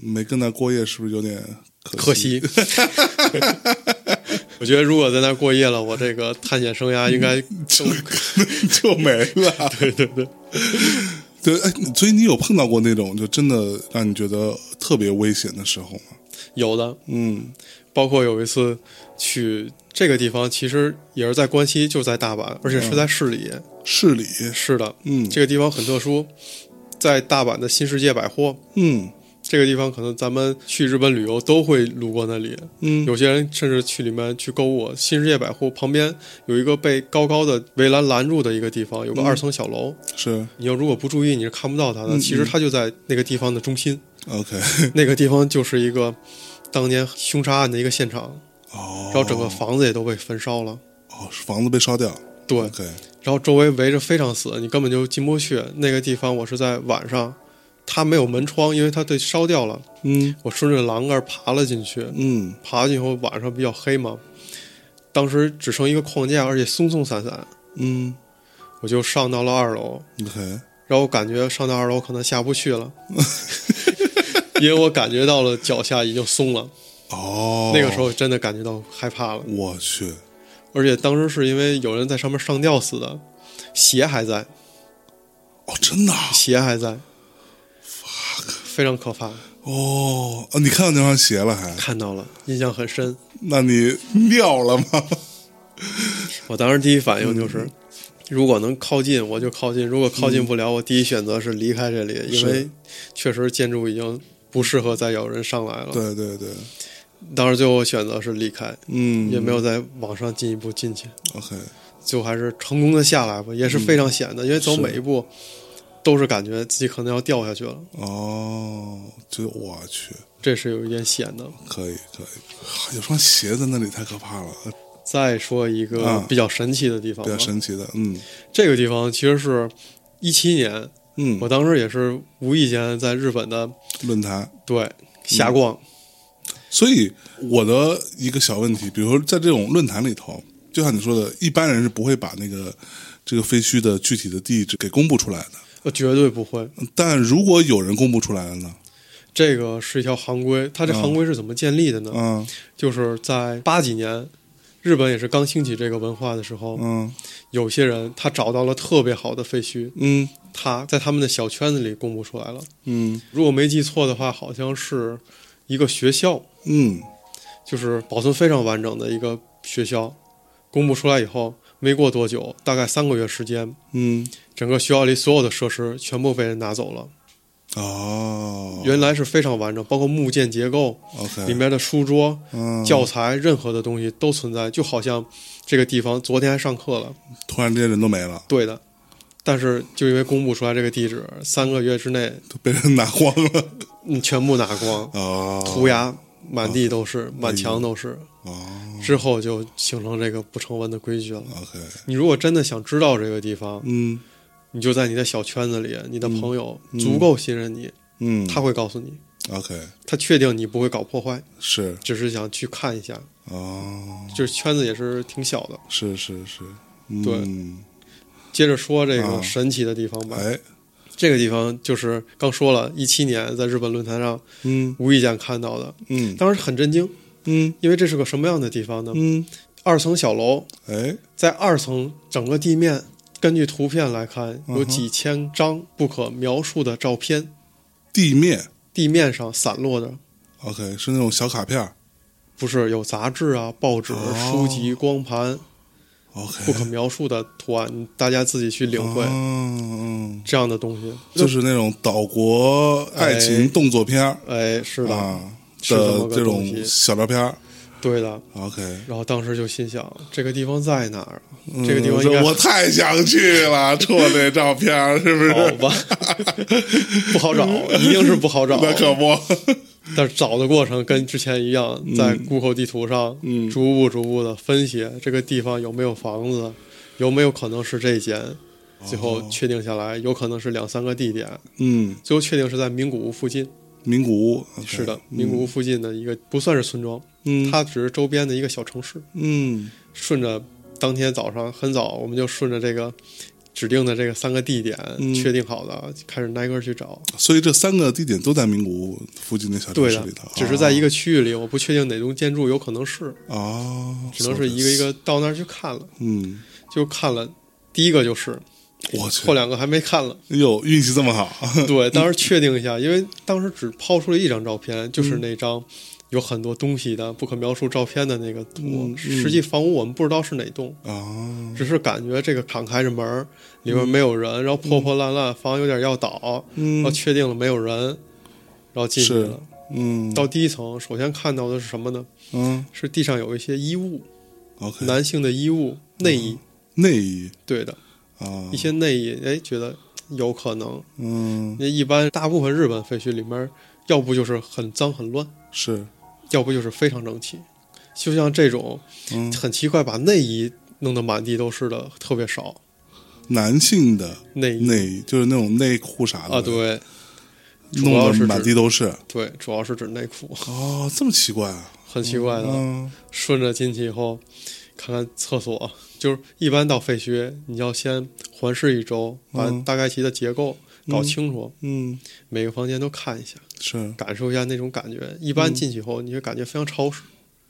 A: 没跟那过夜是不是有点
B: 可
A: 可惜？
B: 惜， 我觉得如果在那儿过夜了，我这个探险生涯应该 就
A: 就没了。
B: 对对对，
A: 对，哎，所以你有碰到过那种就真的让你觉得特别危险的时候吗？
B: 有的。
A: 嗯，
B: 包括有一次去这个地方，其实也是在关西，就在大阪，而且是在市里。
A: 市里，
B: 是的，
A: 嗯
B: 这个地方很特殊，在大阪的新世界百货。
A: 嗯
B: 这个地方可能咱们去日本旅游都会路过那里，
A: 嗯，
B: 有些人甚至去里面去购物。新世界百货旁边有一个被高高的围栏拦住的一个地方，有个
A: 嗯
B: 二层小楼。
A: 是
B: 你要如果不注意，你是看不到它的。
A: 嗯
B: 其实它就在那个地方的中心，
A: OK，
B: 那个地方就是一个当年凶杀案的一个现场，
A: 哦，
B: 然后整个房子也都被焚烧了。
A: 哦房子被烧掉
B: 对，
A: ，OK，
B: 然后周围围着非常死，你根本就进不去。那个地方我是在晚上，它没有门窗，因为它被烧掉了。
A: 嗯
B: 我顺着栏杆爬了进去，
A: 嗯
B: 爬进去后晚上比较黑嘛，当时只剩一个框架，而且松松散散，
A: 嗯
B: 我就上到了二楼。
A: ，OK，
B: 然后我感觉上到二楼可能下不去了， 因为我感觉到了脚下已经松了。
A: 哦，
B: 那个时候真的感觉到害怕了，
A: 我去，
B: 而且当时是因为有人在上面上吊死的，鞋还在，
A: 哦，真的啊，
B: 鞋还在非常可怕。
A: 哦，啊你看到那双鞋了还？
B: 看到了，印象很深。
A: 那你尿了吗？
B: 我当时第一反
A: 嗯
B: 应就是，如果能靠近我就靠近，如果靠近不了，我第一选择是离开这里，因为
A: 嗯是
B: 确实建筑已经不适合再有人上来了。
A: 对对对，
B: 当时最后选择是离开，
A: 嗯，
B: 也没有再往上进一步进去。
A: OK，
B: 最后还是成功的下来吧，也是非常险的，因为走
A: 嗯是
B: 每一步都是感觉自己可能要掉下去了，
A: 哦，就我去，
B: 这是有一点险的。
A: 可以可以，啊有双鞋在那里太可怕了，
B: 再说一个
A: 啊
B: 比较神奇的地方
A: 比
B: 吧，
A: 较神奇的，嗯
B: 这个地方其实是一七年，
A: 嗯
B: 我，当时也是无意间在日本的
A: 论坛。
B: 对瞎逛，
A: 所以我的一个小问题，比如说在这种论坛里头，就像你说的，一般人是不会把那个这个废墟的具体的地址给公布出来的。
B: 我呃绝对不会。
A: 但如果有人公布出来了呢？
B: 这个是一条行规，它这
A: 嗯
B: 行规是怎么建立的呢？
A: 嗯
B: 就是在八几年，日本也是刚兴起这个文化的时候，
A: 嗯
B: 有些人他找到了特别好的废墟，
A: 嗯
B: 他在他们的小圈子里公布出来了。
A: 嗯
B: 如果没记错的话，好像是一个学校，
A: 嗯，
B: 就是保存非常完整的一个学校，公布出来以后，没过多久，大概三个月时间，
A: 嗯，
B: 整个学校里所有的设施全部被人拿走了。
A: 哦，
B: 原来是非常完整，包括木建结构
A: OK
B: 里面的书桌、
A: 嗯，
B: 教材，任何的东西都存在，就好像这个地方昨天还上课了，
A: 突然之间人都没了，
B: 对的。但是就因为公布出来这个地址，三个月之内
A: 都被人拿光了
B: 你全部拿光，
A: 啊，
B: 涂鸦满地都是，
A: 哎
B: 满墙都是。
A: 哦
B: 之后就形成这个不成文的规矩了。
A: ，OK，
B: 你如果真的想知道这个地方，
A: 嗯
B: 你就在你的小圈子里，你的朋友
A: 嗯
B: 足够信任你，
A: 嗯，
B: 他会告诉你，
A: OK
B: 他确定你不会搞破坏，
A: 是
B: 只是想去看一下。
A: 哦，
B: 就是圈子也是挺小的。
A: 是是是，
B: 对
A: 嗯，
B: 接着说这
A: 啊
B: 个神奇的地方吧，
A: 哎，
B: 这个地方就是刚说了，一七年在日本论坛上
A: 嗯
B: 无意间看到的，
A: 嗯
B: 当时很震惊，
A: 嗯
B: 因为这是个什么样的地方呢？
A: 嗯，
B: 二层小楼，
A: 哎，
B: 在二层整个地面，根据图片来看，
A: 嗯哼
B: 有几千张不可描述的照片，
A: 地面
B: 地面上散落着，
A: OK 是那种小卡片儿
B: 不是有杂志啊、报纸、
A: 哦
B: 书籍、光盘，
A: ，OK，哦
B: 不可描述的图案，大家自己去领会
A: 嗯嗯，
B: 这样的东西。
A: 就是那种岛国爱情动作片儿
B: 哎，是的，
A: 啊
B: 是这
A: 的
B: 么个
A: 这
B: 东
A: 种
B: 西，
A: 小照片儿
B: 对的。
A: ，OK，
B: 然后当时就心想，这个地方在哪儿？
A: 嗯
B: 这个地方应该
A: 我太想去了， 冲我这照片儿是不
B: 好
A: 是？
B: 吧，哦 不好找，一定是不好找。
A: 那可不，
B: 但是找的过程跟之前一样，在 Google 地图上
A: 嗯
B: 逐步逐步的分析这个地方有没有房子，有没有可能是这
A: 哦
B: 间，最后确定下来有可能是两三个地点，
A: 嗯，
B: 最后确定是在名古屋附近。
A: 名古屋
B: 是的，名古屋，附近的一个不算是村庄，
A: 嗯，
B: 它只是周边的一个小城市。
A: 嗯
B: 顺着当天早上很早，我们就顺着这个指定的这个三个地点、
A: 嗯
B: 确定好的，开始挨个去找。
A: 所以这三个地点都在名古屋附近的小城
B: 对
A: 市
B: 的
A: 里头，，啊
B: 只是在一
A: 个
B: 个区域里，我不确定哪栋建筑有可能是，
A: 哦，
B: 只能是一个一，个到那儿去看了，
A: 嗯，
B: 就看了。第一个就是，
A: 我去
B: 后，两个还没 看了。
A: 哟，运气这么好，
B: 对，当时确定一下，因为当时只抛出了一张照片，
A: 嗯
B: 就是那张有很多东西的不可描述照片的那个图。
A: 嗯嗯
B: 实际房屋我们不知道是哪栋，
A: 啊，
B: 只是感觉这个敞开着门儿，里边没有人，然后破破烂烂，房有点要倒，然后
A: 嗯
B: 确定了没有人，然后进去了。
A: 嗯，
B: 到第一层，首先看到的是什么呢？
A: 嗯
B: 是地上有一些衣物，
A: ，OK，
B: 男性的衣物、
A: 嗯
B: 内衣，
A: 内衣
B: 对的，
A: 啊
B: 一，些内衣，哎，觉得有可能。
A: 嗯，
B: 那一般大部分日本废墟里面，要不就是很脏很乱，
A: 是，
B: 要不就是非常整齐。就像这种
A: 嗯，
B: 很奇怪，把内衣弄得满地都是的特别少，
A: 男性的
B: 内衣
A: 内衣就是那种内裤啥的
B: 啊，，对
A: 弄
B: 主要
A: 得
B: 是指
A: 满地都是，
B: 对，主要是指内裤。
A: 哦，这么奇怪啊，
B: 很奇怪的。
A: 嗯
B: 顺着进去以后，看看厕所，就是一般到废墟，你要先环视一周，把
A: 嗯
B: 大概其的结构搞清楚，
A: 嗯，
B: 每个房间都看一下，
A: 是
B: 感受一下那种感觉。一
A: 嗯
B: 般进去以后，你会感觉非常潮湿，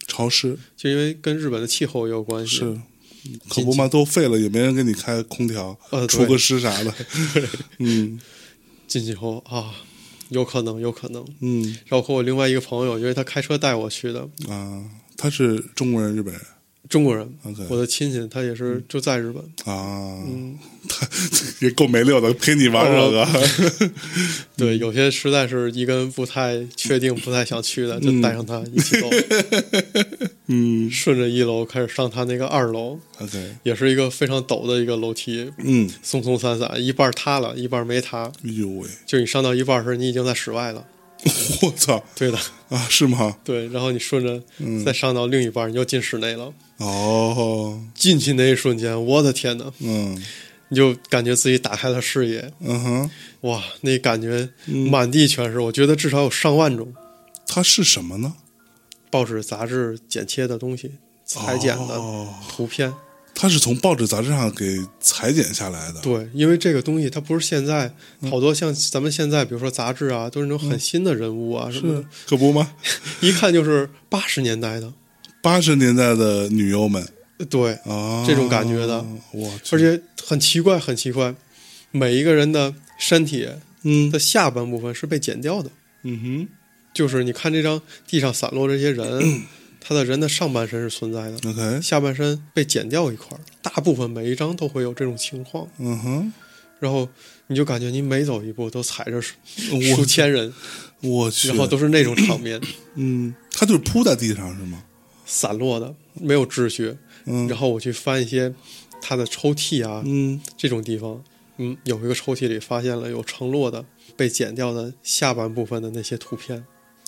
A: 潮湿，
B: 就因为跟日本的气候也有关系。
A: 是，可不嘛，都废了，也没人给你开空调
B: 呃，，
A: 除
B: 对
A: 个湿啥的，嗯
B: 进去以后啊，有可能，有可能。
A: 嗯
B: 然后和我另外一个朋友，因为他开车带我去的，
A: 啊，他是中国人，日本人
B: 中国人，我
A: ，OK
B: 的亲戚，他也是
A: 嗯
B: 就在日本，
A: 啊，
B: 嗯，
A: 也够没溜的，陪你玩这个，
B: 哦对，有些实在是一个人不太确定、不太想去的，就带上他 一起走，
A: 嗯
B: 顺着一楼开始上他那个二楼，
A: ，OK，
B: 也是一个非常陡的一个楼梯，
A: 嗯，
B: 松松散散，一半塌了，一半没塌。
A: 哎呦喂，
B: 就你上到一半时，你已经在室外了。
A: 我操
B: 对的，
A: 啊，是吗？
B: 对。然后你顺着
A: 嗯
B: 再上到另一半，你又进室内了。
A: 哦，
B: 进去那一瞬间，我的天呐，
A: 嗯
B: 你就感觉自己打开了视野，
A: 嗯哼，
B: 哇，那感觉
A: 嗯
B: 满地全是，我觉得至少有上万种。
A: 它是什么呢？
B: 报纸、杂志剪切的东西，裁剪的
A: 哦，
B: 图片。
A: 它是从报纸杂志上给裁剪下来的，
B: 对，因为这个东西它不是现在
A: 嗯
B: 好多像咱们现在，比如说杂志啊，都是那种很新的人物啊什么
A: 是
B: 的，
A: 可不吗？
B: 一看就是八十年代的。
A: 八十年代的女优们
B: 对，
A: 啊，
B: 这种感觉的，
A: 我去，
B: 而且很奇怪，很奇怪，每一个人的身体
A: 嗯
B: 的下半部分是被剪掉的，
A: 嗯
B: 就是你看这张地上散落这些人， 他的人的上半身是存在的。
A: 哼，OK，
B: 下半身被剪掉一块儿，大部分每一张都会有这种情况。
A: 嗯哼，
B: 然后你就感觉你每走一步都踩着数数
A: 我
B: 千人，
A: 嗯我去，
B: 然后都是那种场面，
A: 嗯，它就是铺在地上是吗？
B: 散落的，没有秩序。
A: 嗯，
B: 然后我去翻一些他的抽屉啊，
A: 嗯
B: 这种地方，嗯，有一个抽屉里发现了有成摞的被剪掉的下半部分的那些图片，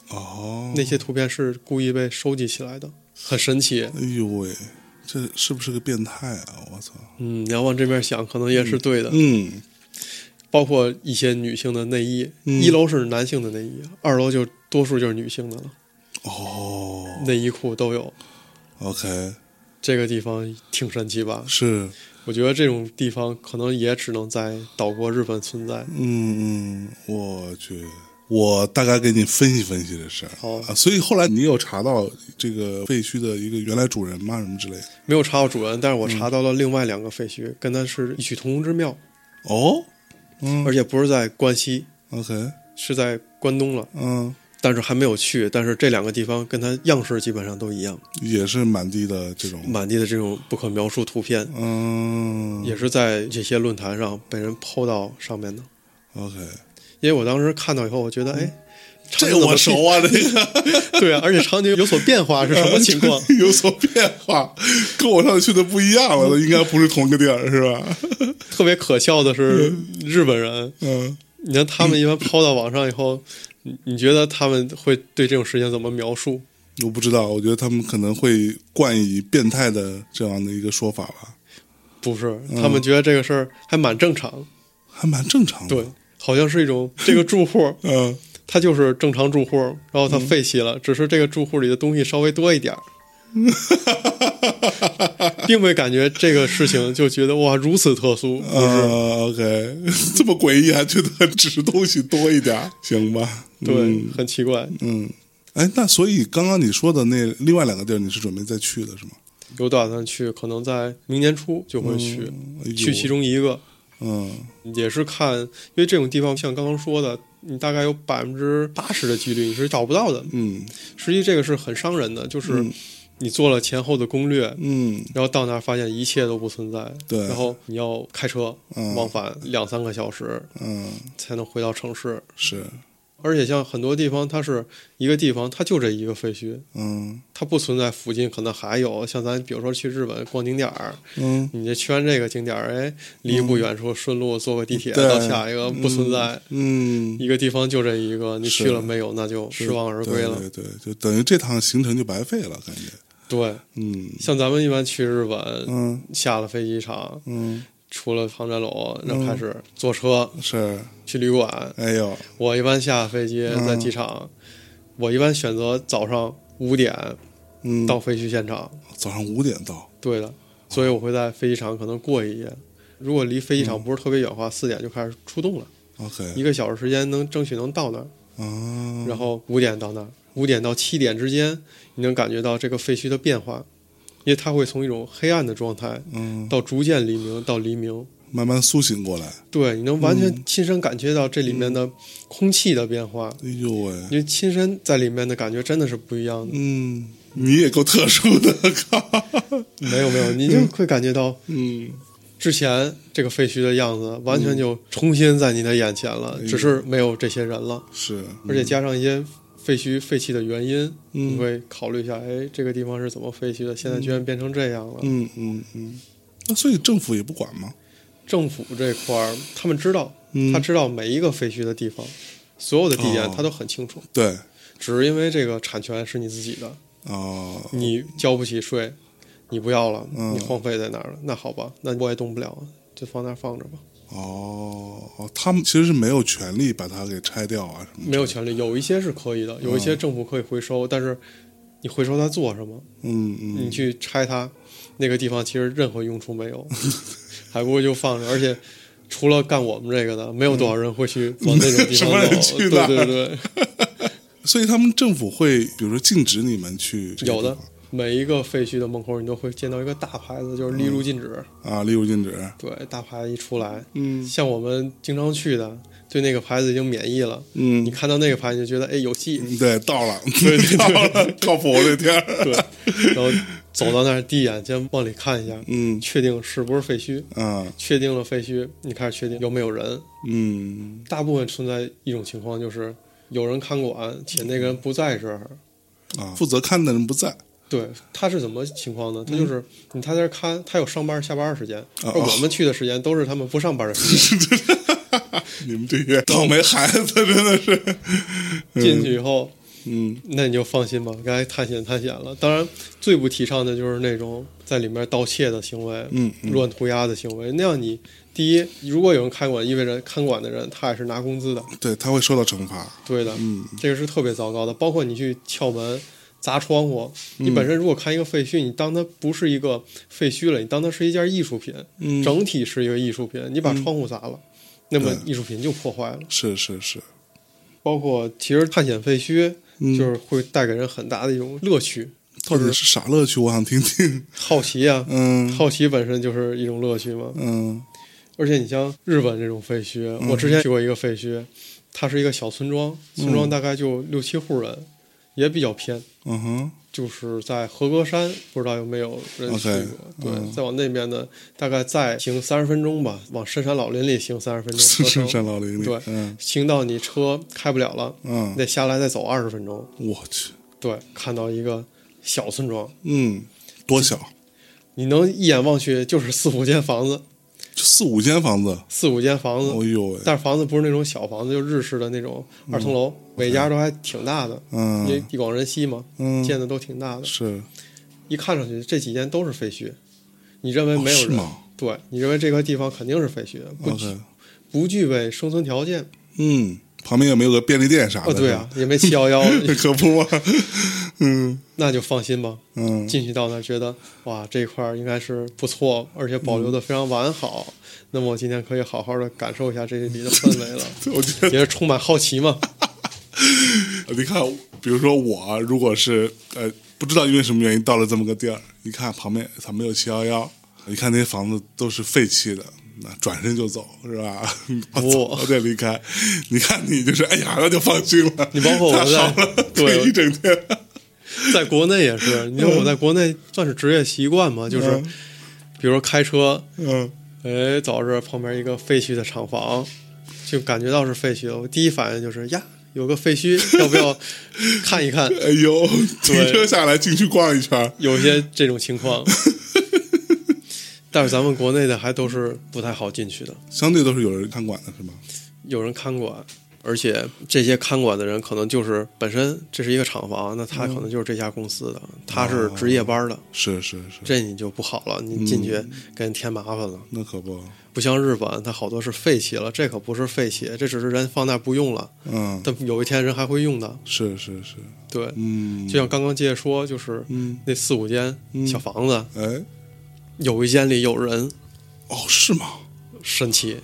A: 哦，
B: 那些图片是故意被收集起来的，很神奇。
A: 哎呦喂，这是不是个变态啊？我操！
B: 嗯，你要往这面想，可能也是对的。
A: 嗯，
B: 包括一些女性的内衣，
A: 嗯
B: 一楼是男性的内衣，二楼就多数就是女性的了，
A: 哦
B: 内衣裤都有。
A: ，OK，
B: 这个地方挺神奇吧？
A: 是，
B: 我觉得这种地方可能也只能在岛国日本存在。
A: 嗯嗯，我去，我大概给你分析分析这事儿。
B: 好
A: 啊，所以后来你有查到这个废墟的一个原来主人吗？什么之类的？
B: 没有查到主人，但是我查到了另外两个废墟，跟它是异曲同工之妙，
A: 哦，嗯
B: 而且不是在关西，
A: ，OK，
B: 是在关东了，
A: 嗯，
B: 但是还没有去。但是这两个地方跟它样式基本上都一样，
A: 也是满地的这种，
B: 满地的这种不可描述图片，
A: 嗯，
B: 也是在这些论坛上被人抛到上面的。
A: OK，
B: 因为我当时看到以后，我觉得，哎，
A: 这
B: 场景怎么
A: 我熟啊，这个。
B: 对啊，而且场景有所变化是什么情况？
A: 有所变化，跟我上次去的不一样
B: 哦
A: 了，应该不是同一个地儿，是吧？
B: 特别可笑的是，日本人，
A: 嗯，
B: 你看他们一般抛到网上以后，你你觉得他们会对这种事情怎么描述？
A: 我不知道，我觉得他们可能会冠以变态的这样的一个说法吧，
B: 不是，他
A: 嗯
B: 们觉得这个事儿还蛮正常，
A: 还蛮正常的。
B: 对，，好像是一种这个住户
A: 嗯，
B: 他就是正常住户，然后他废弃了，只是这个住户里的东西稍微多一点儿。 并未感觉这个事情就觉得哇如此特殊，不是？
A: 呃，OK，这 么诡异，还觉得只是东西多一 点儿，行吧？嗯
B: 对，很奇怪。
A: 嗯，哎，那所以刚刚你说的那另外两个地儿，你是准备再去的是吗？
B: 有打算去，可能在明年初就会去、
A: 哎呦
B: 去其，中一个，
A: 嗯，
B: 也是看，因为这种地方像刚刚说的，你大概有百分之八十的几率你是找不到的。
A: 嗯
B: 实际这个是很伤人的，就是你做了前后的攻略，
A: 嗯
B: 然后到那儿发现一切都不存在，
A: 对
B: 然后你要开车
A: 嗯
B: 往返两三个小时
A: 嗯，
B: 才能回到城市，
A: 是，
B: 而且像很多地方，它是一个地方，它就这一个废墟，
A: 嗯
B: 它不存在附近可能还有，像咱比如说去日本逛景点儿，
A: 嗯。
B: 你这去完这个景点儿，哎，离不远处顺路坐个地铁
A: 嗯对
B: 到下一个，不存在。
A: 嗯，
B: 一个地方就这一个，你
A: 是
B: 去了没有，那就失望而归了。
A: 对对对，就等于这趟行程就白费了，感觉。
B: 对，
A: 嗯
B: 像咱们一般去日本，
A: 嗯
B: 下了飞机场，
A: 嗯，
B: 出了航站楼，那开始坐车
A: 是，
B: 去旅馆。
A: 哎呦，
B: 我一般下飞机
A: 嗯
B: 在机场，我一般选择早上五点
A: 嗯，
B: 到废墟现场。
A: 早上五点到，
B: 对的，所以我会在飞机场可能过一夜。如果离飞机场不是特别远的话，四点就开始出动了，一
A: OK
B: 个小时时间能争取能到那儿，
A: 啊，
B: 然后五点到那儿，五点到七点之间，你能感觉到这个废墟的变化，因为它会从一种黑暗的状态
A: 嗯，
B: 到逐渐黎明，到黎明。
A: 慢慢苏醒过来。
B: 对，你能完
A: 嗯
B: 全亲身感觉到这里面的空气的变化，
A: 哎呦喂，
B: 因为亲身在里面的感觉真的是不一样 的。
A: 嗯，你也够特殊的，靠，
B: 没有没有，你就会感觉到
A: 嗯，
B: 之前这个废墟的样子完全就重新在你的眼前了，
A: 嗯
B: 只是没有这些人了，
A: 是，
B: 而且加上一些废墟废弃的原因，
A: 嗯
B: 你会考虑一下，哎，这个地方是怎么废墟的？现在居然变成这样了。
A: 嗯嗯嗯，那所以政府也不管吗？
B: 政府这块儿他们知道，
A: 嗯
B: 他知道每一个废墟的地方，所有的地点
A: 哦
B: 他都很清楚，
A: 对，
B: 只是因为这个产权是你自己的，
A: 哦，
B: 你交不起税，你不要了，
A: 嗯
B: 你荒废在那儿了，那好吧，那我也动不了，就放那儿放着吧。
A: 哦，哦他们其实是没有权利把它给拆掉啊什么的。
B: 没有权利，有一些是可以的，有一些政府可以回收，但是你回收它做什么？
A: 嗯嗯，
B: 你去拆它，那个地方其实任何用处没有， 还不如就放着。而且除了干我们这个的，没有多少人会去往那种地
A: 嗯 什
B: 方
A: 么人
B: 走。
A: 去
B: 对
A: 那儿
B: 对 对，
A: 所以他们政府会，比如说禁止你们去这个
B: 有的
A: 地
B: 每一个废墟的门口，你都会见到一个大牌子，就是
A: 嗯
B: 例如禁止。
A: 方啊，例如禁止，
B: 对，大牌子一出来，
A: 嗯
B: 像我们经常去的，对那个牌子已经免疫了。你
A: 嗯，
B: 看到那个牌子，你就觉得哎有戏。
A: 对，到了， 对到 了，靠谱那天儿，
B: 对， 然后走到那儿，第一眼先往里看一下，
A: 嗯
B: 确定是不是废墟，
A: 啊，
B: 确定了废墟，你开始确定有没有人。
A: 嗯，
B: 大部分存在一种情况就是有人看管，且那个人不在这儿。
A: 啊，负责看的人不在，
B: 对，他是怎么情况呢？他就是你他在这儿看，他有上班下班的时间，而
A: 哦
B: 我们去的时间都是他们不上班的时间。
A: 你们这些倒霉孩子真的是，
B: 进去以后，
A: 嗯
B: 那你就放心吧，该探险探险了。当然，最不提倡的就是那种在里面盗窃的行为，
A: 嗯嗯
B: 乱涂鸦的行为。那样你第一，如果有人看管，意味着看管的人他也是拿工资的，
A: 对他会受到惩罚，
B: 对的，
A: 嗯
B: 这个是特别糟糕的。包括你去撬门、砸窗
A: 嗯
B: 户，你本身如果看一个废墟，你当它不是一个废墟了，你当它是一件艺术品，
A: 嗯，
B: 整体是一个艺术品，你把窗户砸了，那么
A: 对
B: 艺术品就破坏了。
A: 是是是，
B: 包括其实探险废墟。
A: 嗯
B: 就是会带给人很大的一种乐趣，
A: 到底是啥乐趣？我想听听。
B: 好奇啊，
A: 嗯
B: 好奇本身就是一种乐趣嘛。
A: 嗯
B: 而且你像日本这种废墟，我之前去过一个废墟，它是一个小村庄，村庄大概就六七户人，也比较偏，
A: 嗯哼，
B: 就是在和歌山，不知道有没有人去
A: OK，
B: 过。对，
A: 嗯
B: 再往那边呢，大概再行三十分钟吧，往深山老林里行三十分钟，车
A: 深
B: 程
A: 山老林里，
B: 对
A: 嗯
B: 行到你车开不了了，你
A: 嗯，
B: 得下来再走二十分钟。
A: 我去，
B: 对，看到一个小村庄，
A: 嗯，多小，
B: 你能一眼望去就是四五间房子，
A: 就四五间房子，
B: 四五间房子，
A: 哦呦喂，
B: 但是房子不是那种小房子，就日式的那种二层楼，每家都还挺大的，因为
A: 嗯
B: 地广人稀嘛，建
A: 嗯，
B: 的都挺大的。
A: 是
B: 一看上去这几间都是废墟，你认为没
A: 哦
B: 有
A: 是
B: 人？
A: 吗
B: 对你认为这个地方肯定是废墟，不具、
A: ？OK，
B: 不具备生存条件。
A: 嗯，旁边有没有个便利店啥的？
B: 哦，对啊，也没七 幺幺，
A: 是吧，可不 嘛，嗯
B: 那就放心吧。
A: 嗯
B: 进去到那儿觉得哇，这块儿应该是不错，而且保留
A: 嗯
B: 的非常完好。那么我今天可以好好的感受一下这里的氛围了，
A: 我觉
B: 也是充满好奇嘛。
A: 得你看，比如说我如果是呃不知道因为什么原因到了这么个地儿，一看旁边它没有七幺幺，一看那些房子都是废弃的。那转身就走是吧？
B: 不
A: 我得离开。你看你就是，哎呀，那就放心了。
B: 你包括我
A: 太
B: 在
A: 好了，
B: 对
A: 这一整天，
B: 在国内也是，你说我在国内算是职业习惯嘛，就是
A: 嗯
B: 比如说开车，
A: 嗯
B: 哎，走这旁边一个废墟的厂房，就感觉到是废墟了。我第一反应就是呀，有个废墟，要不要看一看？
A: 哎呦，停车下来进去逛一圈儿，
B: 有些这种情况，但是咱们国内的还都是不太好进去的，
A: 相对都是有人看管的，是吗？
B: 有人看管。而且这些看管的人可能就是本身这是一个厂房，那他可能就是这家公司的，他是值夜班的，
A: 是是是，
B: 这你就不好了，
A: 嗯
B: 你进去给人添麻烦了。
A: 那可不，
B: 不像日本，它好多是废弃了，这可不是废弃，这只是人放那儿不用了，
A: 嗯，
B: 但有一天人还会用的。
A: 是是是，
B: 对，
A: 嗯，
B: 就像刚刚接着说，就是
A: 嗯
B: 那四五间小房子，
A: 哎，
B: 有一间里有人，
A: 哦，是吗？
B: 神奇，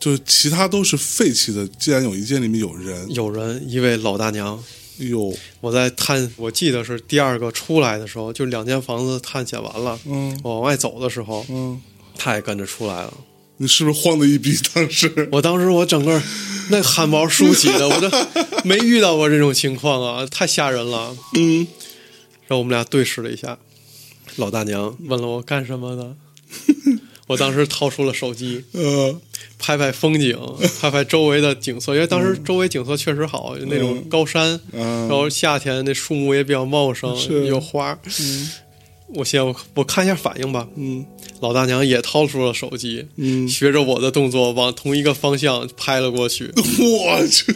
A: 就是其他都是废弃的，既然有一间里面有人，
B: 有人一位老大娘。
A: 哎呦，
B: 我在探，我记得是第二个出来的时候，就两间房子探险完了，
A: 嗯
B: 我往外走的时候，
A: 嗯，
B: 她也跟着出来了。
A: 你是不是慌的一逼？当时
B: 我当时我整个那汗毛竖起的，我这没遇到过这种情况啊，太吓人了。
A: 嗯，
B: 然后我们俩对视了一下，老大娘问了我干什么的，我当时掏出了手机，
A: 呃，
B: 拍拍风景，拍拍周围的景色，因为当时周围景色确实好，有那种高山，
A: 嗯
B: 然后夏天那树木也比较茂盛，
A: 是
B: 有花儿。我先我我看一下反应吧。
A: 嗯
B: 老大娘也掏出了手机，
A: 嗯，
B: 学着我的动作往同一个方向拍了过去。
A: 我去，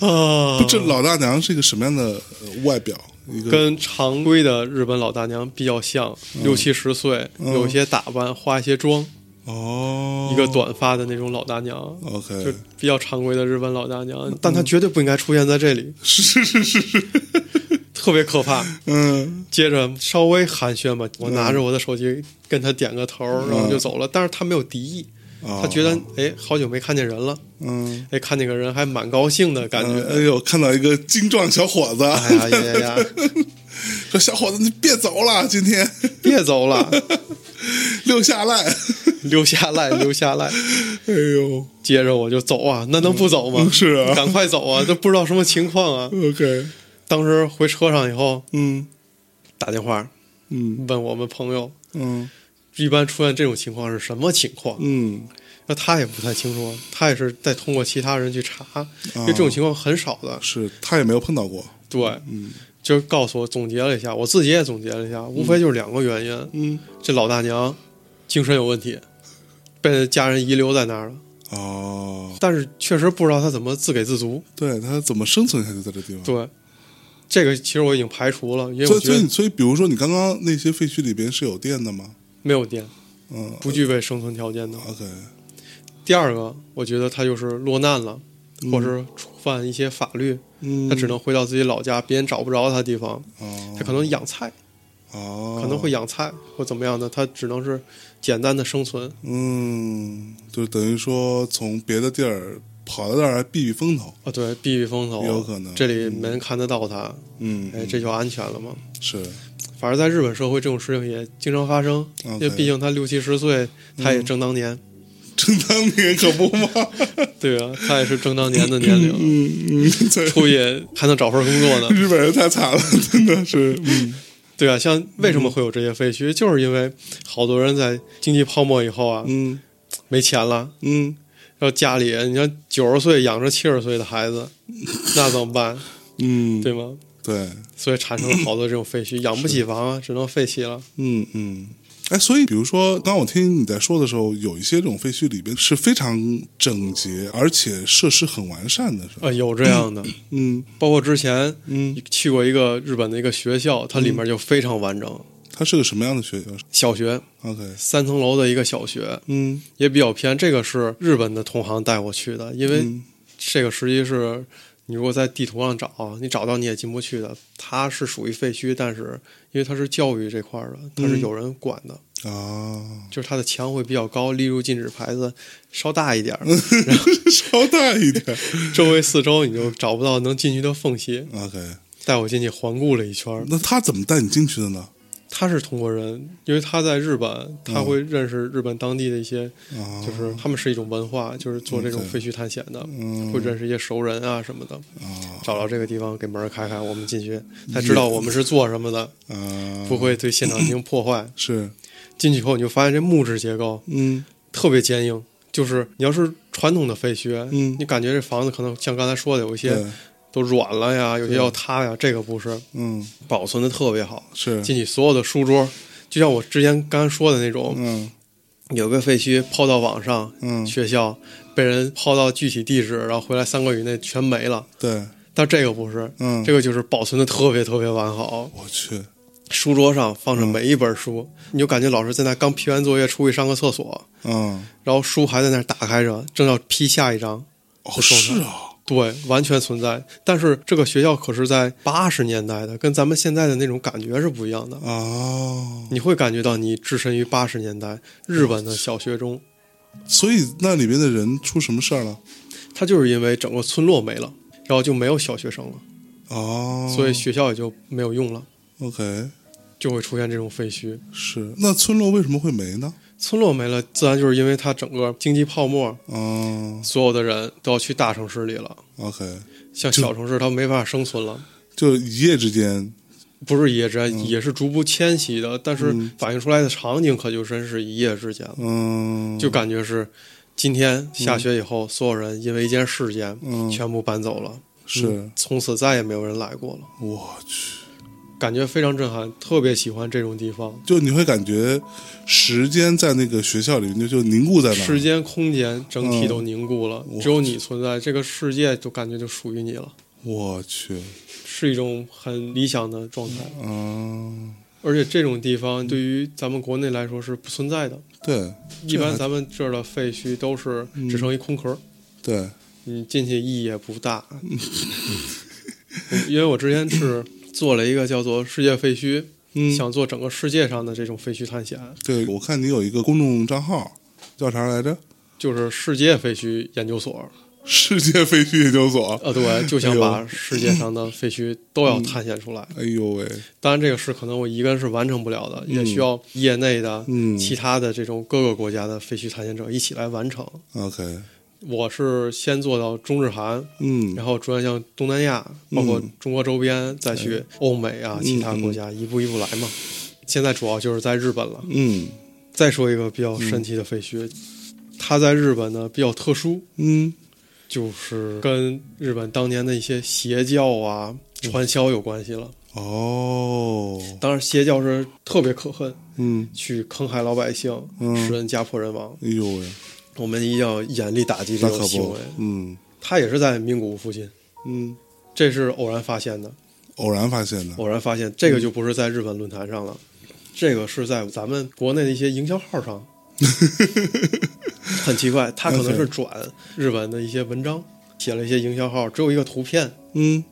B: 啊，
A: 这老大娘是一个什么样的呃外表？一个
B: 跟常规的日本老大娘比较像，六七十岁，
A: 嗯
B: 有一些打扮，化一些妆，
A: 哦，
B: 一个短发的那种老大娘，就
A: ，OK，
B: 比较常规的日本老大娘，嗯但她绝对不应该出现在这里，
A: 是 是是是是，
B: 特别可怕。
A: 嗯
B: 接着稍微寒暄吧，我拿着我的手机跟她点个头，
A: 嗯
B: 然后就走了。但是她没有敌意，
A: 啊
B: 她觉得哎，好久没看见人了，
A: 嗯。
B: 哎，看见个人还蛮高兴的感
A: 嗯
B: 觉。
A: 哎呦，看到一个精壮小伙子，
B: 哎呀呀呀呀，
A: 说小伙子你别走了，今天
B: 别走了，
A: 留下来。
B: 留下来，留下来。
A: 哎呦
B: 接着我就走啊，那能不走吗？
A: 嗯是啊
B: 赶快走啊，都不知道什么情况啊。
A: ，OK，
B: 当时回车上以后
A: 嗯
B: 打电话
A: 嗯
B: 问我们朋友，
A: 嗯
B: 一般出现这种情况是什么情况？
A: 嗯，
B: 那他也不太清楚，他也是再通过其他人去查，因为这种
A: 哦
B: 情况很少的。
A: 是他也没有碰到过。
B: 对，
A: 嗯
B: 就告诉我总结了一下，我自己也总结了一下，无非就是两个原因：
A: 嗯
B: 这老大娘精神有问题，被家人遗留在那儿了，
A: 哦，
B: 但是确实不知道他怎么自给自足。
A: 对他怎么生存下去在这地方？
B: 对，这个其实我已经排除了，因为
A: 所
B: 我
A: 以
B: 觉
A: 所
B: 得
A: 以所以，比如说你刚刚那些废墟里边是有电的吗？
B: 没有电，
A: 嗯
B: 不具备生存条件的。
A: ，OK，
B: 第二个，我觉得他就是落难了，或者是触犯一些法律，
A: 嗯，
B: 他只能回到自己老家，别人找不着他的地方，
A: 哦，
B: 他可能养菜，
A: 哦，
B: 可能会养菜或怎么样的，他只能是简单的生存。
A: 嗯，就等于说从别的地儿跑到这儿来避避风头，
B: 啊，对，避避风头，
A: 有可能
B: 这里没人看得到他，
A: 嗯，
B: 哎，这就安全了嘛。
A: 是
B: 反正在日本社会，这种事情也经常发生，
A: OK 嗯
B: 因为毕竟他六七十岁，他也正当年，
A: 正当年可不嘛，
B: 对啊，他也是正当年的年 龄，
A: 嗯嗯，在
B: 出去还能找份工作 呢。
A: 日本人太惨了，真的是，嗯
B: 对啊，像为什么会有这些废墟，就是因为好多人在经济泡沫以后啊，
A: 嗯
B: 没钱了，
A: 嗯，
B: 然后家里你看九十岁养着七十岁的孩子，那怎么办，
A: 嗯，
B: 对吗？
A: 对，
B: 所以产生了好多这种废墟，养不起房啊，只能废弃了。
A: 嗯嗯。哎，所以比如说，刚刚我听你在说的时候，有一些这种废墟里边是非常整洁，而且设施很完善的，是吧？
B: 啊，有这样的，
A: 嗯
B: 包括之前
A: 嗯，
B: 去过一个日本的一个学校，它里面就非常完整，
A: 它是个什么样的学校
B: 小学
A: ？OK，
B: 三层楼的一个小学，
A: 嗯
B: 也比较偏。这个是日本的同行带我去的，因为
A: 嗯
B: 这个实际是你如果在地图上找，你找到你也进不去的。它是属于废墟，但是因为它是教育这块儿的，它是有人管的，
A: 啊，
B: 就是它的墙会比较高，例如禁止牌子稍大一点儿，
A: 稍大一点。
B: 周围四周你就找不到能进去的缝隙。
A: OK，
B: 带我进去环顾了一圈儿，
A: 那他怎么带你进去的呢？
B: 他是通过人，因为他在日本，他会认识日本当地的一些，
A: 啊，
B: 就是他们是一种文化，就是做这种
A: OK
B: 废墟探险的，
A: 嗯
B: 会认识一些熟人啊什么的。
A: 啊
B: 找到这个地方，给门儿开开，我们进去，
A: 嗯
B: 才知道我们是做什么的，
A: 啊，
B: 不会对现场进行破坏。
A: 是
B: 进去以后，你就发现这木质结构
A: 嗯
B: 特别坚硬，就是你要是传统的废墟，
A: 嗯
B: 你感觉这房子可能像刚才说的，有一些
A: 对
B: 都软了呀，有些
A: 对
B: 要塌呀，这个不是，
A: 嗯
B: 保存的特别好。
A: 是
B: 进去所有的书桌，就像我之前刚刚说的那种，
A: 嗯
B: 有个废墟抛到网上，
A: 嗯
B: 学校被人抛到具体地址，然后回来三个月以内全没了。
A: 对
B: 但这个不是，
A: 嗯
B: 这个就是保存的特别特别完好，
A: 我去
B: 书桌上放
A: 嗯
B: 着每一本书，你就感觉老师在那刚批完作业出去上个厕所，
A: 嗯
B: 然后书还在那儿打开着，正要批下一章。
A: 哦
B: 不受
A: 是啊
B: 对，完全存在。但是这个学校可是在八十年代的，跟咱们现在的那种感觉是不一样的。
A: 啊，
B: 你会感觉到你置身于八十年代日本的小学中，
A: 所以那里边的人出什么事儿了？
B: 它就是因为整个村落没了，然后就没有小学生了，
A: 哦，
B: 所以学校也就没有用了，
A: OK
B: 就会出现这种废墟。
A: 是那村落为什么会没呢？
B: 村落没了，自然就是因为它整个经济泡沫，
A: 啊
B: 所有的人都要去大城市里了。
A: ，OK，
B: 像
A: 就
B: 小城市，它没法生存了，
A: 就一夜之间
B: 不是一夜之
A: 嗯
B: 间，也是逐步迁徙的。但是反映出来的场景可就真是一夜之间了，
A: 嗯
B: 就感觉是今天下雪以后，所有人因为一件事件
A: 嗯
B: 全部搬走了，
A: 是
B: 从此再也没有人来过了，
A: 我去，
B: 感觉非常震撼，特别喜欢这种地方。
A: 就你会感觉时间在那个学校里面就就凝固在那儿
B: 时间、空间整体都凝固了，
A: 嗯我
B: 只有你存在，这个世界就感觉就属于你了，
A: 我去，
B: 是一种很理想的状态。
A: 嗯，
B: 而且这种地方对于咱们国内来说是不存在的，
A: 对，
B: 一般
A: 这还嗯
B: 咱们这儿的废墟都是只剩一空壳，
A: 对，
B: 你进去意义也不 大。因为我之前是做了一个叫做“世界废墟”，
A: 嗯
B: 想做整个世界上的这种废墟探险，
A: 对，我看你有一个公众账号，叫啥来着？
B: 就是世界废墟研究所。
A: 世界废墟研究所。
B: 呃，对，就想
A: 哎
B: 把世界上的废墟都要探险出来。
A: 哎呦喂，
B: 当然，这个事可能我一个人是完成不了的，也需要业内的、
A: 嗯
B: 其他的这种各个国家的废墟探险者一起来完成。
A: ，OK，
B: 我是先做到中日韩，
A: 嗯
B: 然后逐渐向东南亚，包括中国周边，再去欧美
A: 嗯
B: 啊、其他国家，一步一步来嘛。现在主要就是在日本了。
A: 嗯
B: 再说一个比较神奇的废墟，它在日本呢比较特殊，
A: 嗯，
B: 就是跟日本当年的一些邪教啊、
A: 嗯
B: 传销有关系了。
A: 哦，
B: 当然，邪教是特别可恨，
A: 嗯，
B: 去坑害老百姓，
A: 嗯
B: 使人家破人亡。
A: 哎呦喂，
B: 我们一定要严厉打击这
A: 那可
B: 种行
A: 不
B: 为。，
A: 嗯
B: 他也是在名古屋附近，
A: 嗯，
B: 这是偶然发现的。
A: 偶然发现的，
B: 偶然发现这个就不是在日本论坛上了，这个是在咱们国内的一些营销 号上。很奇怪，他可能是转日本的一些文章，写了一些营销号，只有一个图片，
A: 嗯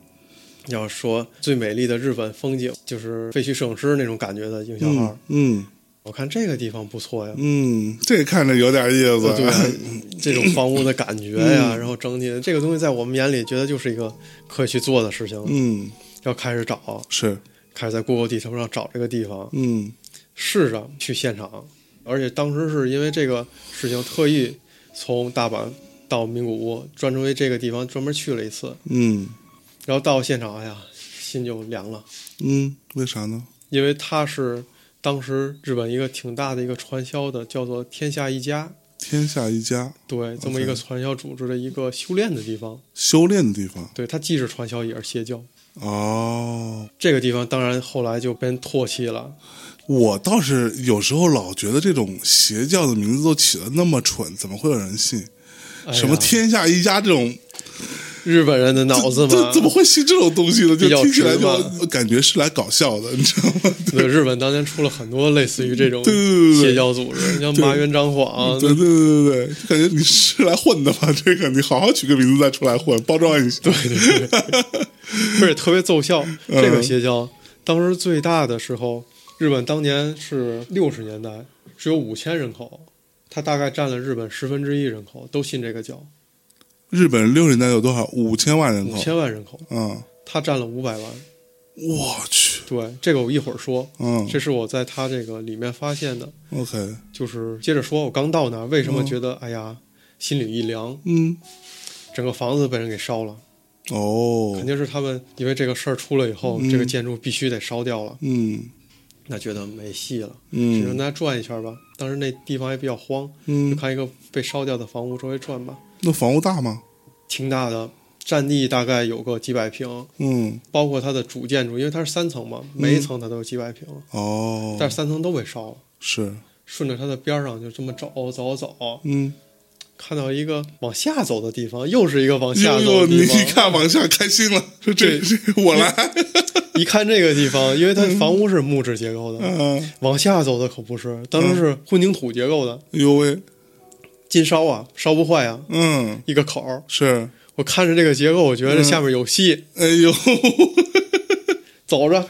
B: 要说最美丽的日本风景，就是废墟摄影师那种感觉的营销号。
A: 嗯嗯
B: 我看这个地方不错呀，
A: 嗯，这看着有点意思，
B: 对啊，这种房屋的感觉呀，
A: 嗯
B: 然后整体的这个东西在我们眼里觉得就是一个可以去做的事情了，
A: 嗯
B: 要开始找，
A: 是，
B: 开始在 Google 地图上找这个地方，
A: 嗯
B: 试着去现场，而且当时是因为这个事情特意从大阪到名古屋，专程为这个地方专门去了一次，
A: 嗯
B: 然后到现场，哎呀，心就凉了，
A: 嗯，为啥呢？
B: 因为它是当时日本一个挺大的一个传销的，叫做天下一家，
A: 天下一家，
B: 对，这么一个
A: OK
B: 传销组织的一个修炼的地方，
A: 修炼的地方
B: 对，它既是传销也是邪教。
A: 哦。
B: 这个地方当然后来就被人唾弃了，
A: 我倒是有时候老觉得这种邪教的名字都起的那么蠢，怎么会有人信？
B: 哎呀
A: 什么天下一家这种，
B: 日本人的脑子嘛
A: 这，怎么会信这种东西呢？就
B: 比较
A: 听起来
B: 直嗯嘛
A: 就感觉是来搞笑的，你知道吗？
B: 对，日本当年出了很多类似于这种
A: 对对对
B: 邪教组织，像麻原彰晃，
A: 对对对对对，就感觉你是来混的吧？这个你好好取个名字再出来混，包装一下。对对
B: 而且特别奏效。
A: 嗯
B: 这个邪教当时最大的时候，日本当年是六十年代，只有五千人口，它大概占了日本十分之一人口，都信这个教，
A: 日本六十年代有多少？五千万人
B: 五
A: 口。
B: 千万人口，
A: 嗯，
B: 它占了五百万。
A: 我去，
B: 对，这个我一会儿说，
A: 嗯
B: 这是我在它这个里面发现的。
A: ，OK，
B: 就是接着说，我刚到那儿，为什么觉得、哎呀心里一凉？
A: 嗯，
B: 整个房子被人给烧了，
A: 哦
B: 肯，定是他们因为这个事儿出了以后，
A: 嗯
B: 这个建筑必须得烧掉了。
A: 嗯
B: 那觉得没戏了，只能
A: 嗯
B: 大家转一圈吧。当时那地方也比较荒，就
A: 嗯，
B: 看一个被烧掉的房屋周围转吧，
A: 那房屋大吗？
B: 挺大的，占地大概有个几百平，
A: 嗯，
B: 包括它的主建筑，因为它是三层嘛，每一层它都有几百平，
A: 哦，
B: 但是三层都被烧了。
A: 是，
B: 顺着它的边儿上就这么找找找，
A: 嗯。
B: 看到一个往下走的地方，又是一个往下
A: 呦
B: 走
A: 呦，
B: 的
A: 你
B: 地
A: 一
B: 方。
A: 看往下开心了，说这这我来，
B: 一看这个地方，因为它房屋是木质结构的，
A: 嗯，
B: 往下走的可不是，当时是混凝土结构的，
A: 哎呦喂，
B: 金烧啊，烧不坏啊，
A: 嗯，
B: 一个口儿。
A: 是，
B: 我看着这个结构，我觉
A: 嗯
B: 得这下面有戏，
A: 哎呦，
B: 走着，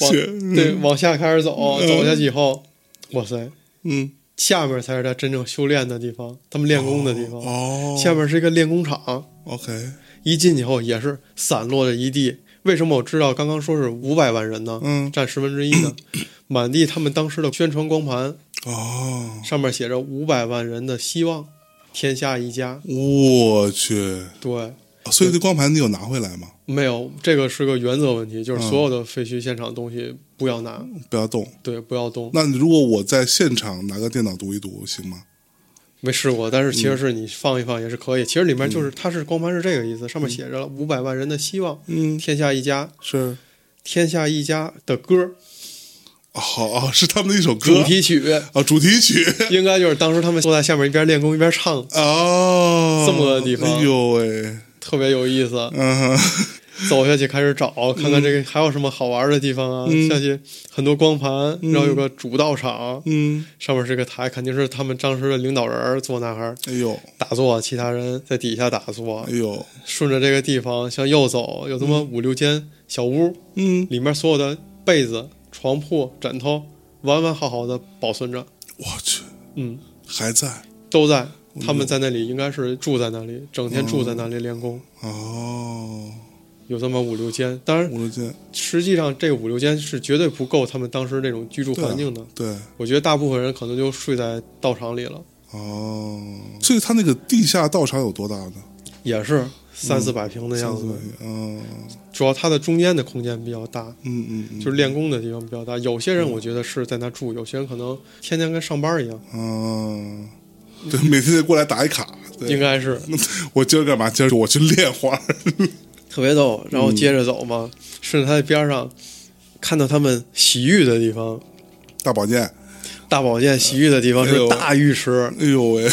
B: 往
A: 是嗯
B: 对往下开始走，
A: 嗯
B: 走下去以后，哇塞，
A: 嗯，
B: 下面才是他真正修炼的地方，他们练功的地方。
A: 哦，
B: 下面是一个练功场，
A: ，OK，
B: 一进去以后也是散落着一地。为什么我知道刚刚说是五百万人呢？
A: 嗯
B: 占十分之 一呢，满地他们当时的宣传光盘
A: 哦，
B: 上面写着五百万人的希望，天下一家。
A: 我去，啊
B: 对，
A: 所以这光盘你有拿回来吗？
B: 没有，这个是个原则问题，就是
A: 嗯
B: 所有的废墟现场东西不要拿，
A: 不要动。
B: 对，不要动。
A: 那如果我在现场拿个电脑读一读行吗？
B: 没试过，但是其实是你放一放也是可以。其实里面就是它是光盘是这个意思，上面写着了五百万人的希望，
A: 嗯，
B: 天下一家，
A: 是，
B: 天下一家的歌
A: 好哦，是他们的一首歌
B: 主题曲，
A: 啊，主题曲，
B: 应该就是当时他们坐在下面一边练功一边唱，
A: 哦，
B: 这么个地方
A: 哎呦喂，
B: 特别有意思。
A: 嗯，
B: 走下去开始找，看看这个还有什么好玩的地方啊？
A: 嗯
B: 下去很多光盘，
A: 嗯
B: 然后有个主道场，
A: 嗯，
B: 上面是个台，肯定是他们当时的领导人儿坐那儿
A: 哎呦，
B: 打坐，其他人在底下打坐
A: 哎。呦，
B: 顺着这个地方向右走，有这么五六间小屋，
A: 嗯，
B: 里面所有的被子、床铺、枕头完完好好的保存着，
A: 我去，
B: 嗯，
A: 还在。
B: 都在。他们在那里应该是住在那里，整天住在那里练功，
A: 哦，
B: 有这么五六间。当然，
A: 五六间，
B: 实际上这五六间是绝对不够他们当时那种居住
A: 对啊
B: 环境的。
A: 对，
B: 我觉得大部分人可能就睡在道场里了，
A: 哦，所以他那个地下道场有多大呢？
B: 也是三四百平的样
A: 三
B: 子。
A: 四百平，嗯
B: 主要它的中间的空间比较大，
A: 嗯嗯嗯，
B: 就是练功的地方比较大。有些人我觉得是在那住，有些人可能天天跟上班一样，
A: 嗯，对，每天得过来打一卡。
B: 应
A: 嗯对，
B: 该是
A: 我今儿干嘛？今儿我去练会儿。
B: 特别逗。然后接着走嘛，
A: 嗯
B: 顺着他的边上，看到他们洗浴的地方，
A: 大保健，
B: 大保健洗浴的地方
A: 哎呦
B: 是大浴池，
A: 哎呦喂，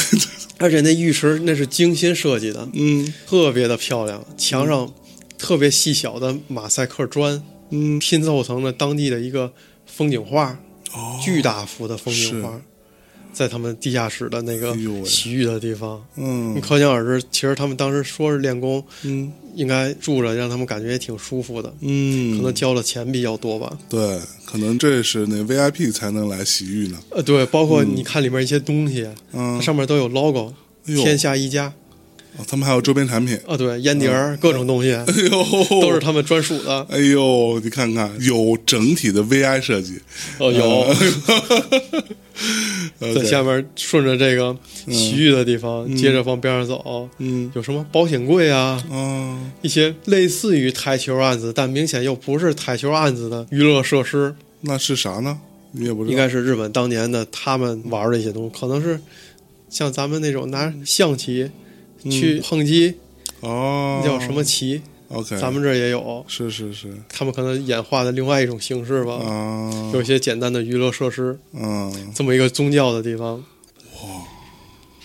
B: 而且那浴池那是精心设计的，
A: 嗯
B: 特别的漂亮，墙上特别细小的马赛克砖
A: 嗯，
B: 拼凑成了当地的一个风景画，
A: 哦，
B: 巨大幅的风景画，在他们地下室的那个
A: 哎呦喂
B: 洗浴的地方，你
A: 嗯
B: 可想而知，其实他们当时说是练功，
A: 嗯
B: 应该住着让他们感觉也挺舒服的，可
A: 嗯，
B: 能交了钱比较多吧。
A: 对，可能这是那 VIP 才能来洗浴呢。
B: 呃，对，包括你看里面一些东西，
A: 嗯
B: 它，上面都有 logo，
A: 哎呦
B: 天下一家
A: 哦他们还有周边产品。
B: 啊，对，烟碟儿、各种东西
A: 哎呦，
B: 都是他们专属的。
A: 哎呦，你看看，有整体的 VI 设计，
B: 哦，有
A: 有
B: 在下，面顺着这个洗浴的地方，接着往边上走，
A: 嗯，
B: 有什么保险柜啊，
A: 啊，
B: 一些类似于台球案子，但明显又不是台球案子的娱乐设施，
A: 那是啥呢？你也不知
B: 应
A: 道，
B: 该是日本当年的他们玩的一些东西，可能是像咱们那种拿象棋去碰击，
A: 嗯哦，
B: 叫什么棋，
A: ？OK，
B: 咱们这儿也有，
A: 是是是
B: 他们可能演化的另外一种形式吧，
A: 啊，
B: 有一些简单的娱乐设施，
A: 啊，
B: 这么一个宗教的地方，哇，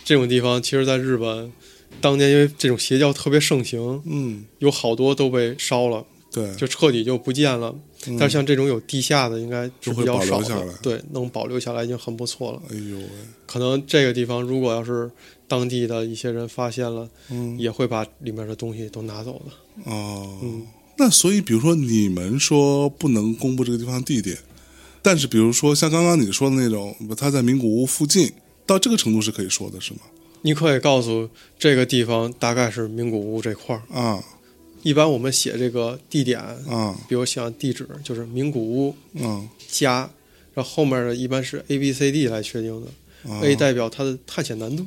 B: 这种地方其实在日本当年因为这种邪教特别盛行，
A: 嗯，
B: 有好多都被烧了，
A: 对，
B: 就彻底就不见了。但是像这种有地下的，应该是比较
A: 嗯就
B: 少
A: 会保留下
B: 的
A: 来，
B: 对，能保留下来已经很不错了。
A: 哎呦喂，
B: 可能这个地方如果要是当地的一些人发现了，
A: 嗯，
B: 也会把里面的东西都拿走的。
A: 哦，
B: 嗯
A: 那所以比如说你们说不能公布这个地方地点，但是比如说像刚刚你说的那种，他在名古屋附近，到这个程度是可以说的，是吗？
B: 你可以告诉这个地方大概是名古屋这块儿。
A: 啊
B: 一般我们写这个地点，
A: 啊
B: 比如像地址就是名古屋
A: 啊
B: 加，然后后面的一般是 A B C D 来确定的。
A: 啊
B: A 代表它的探险难度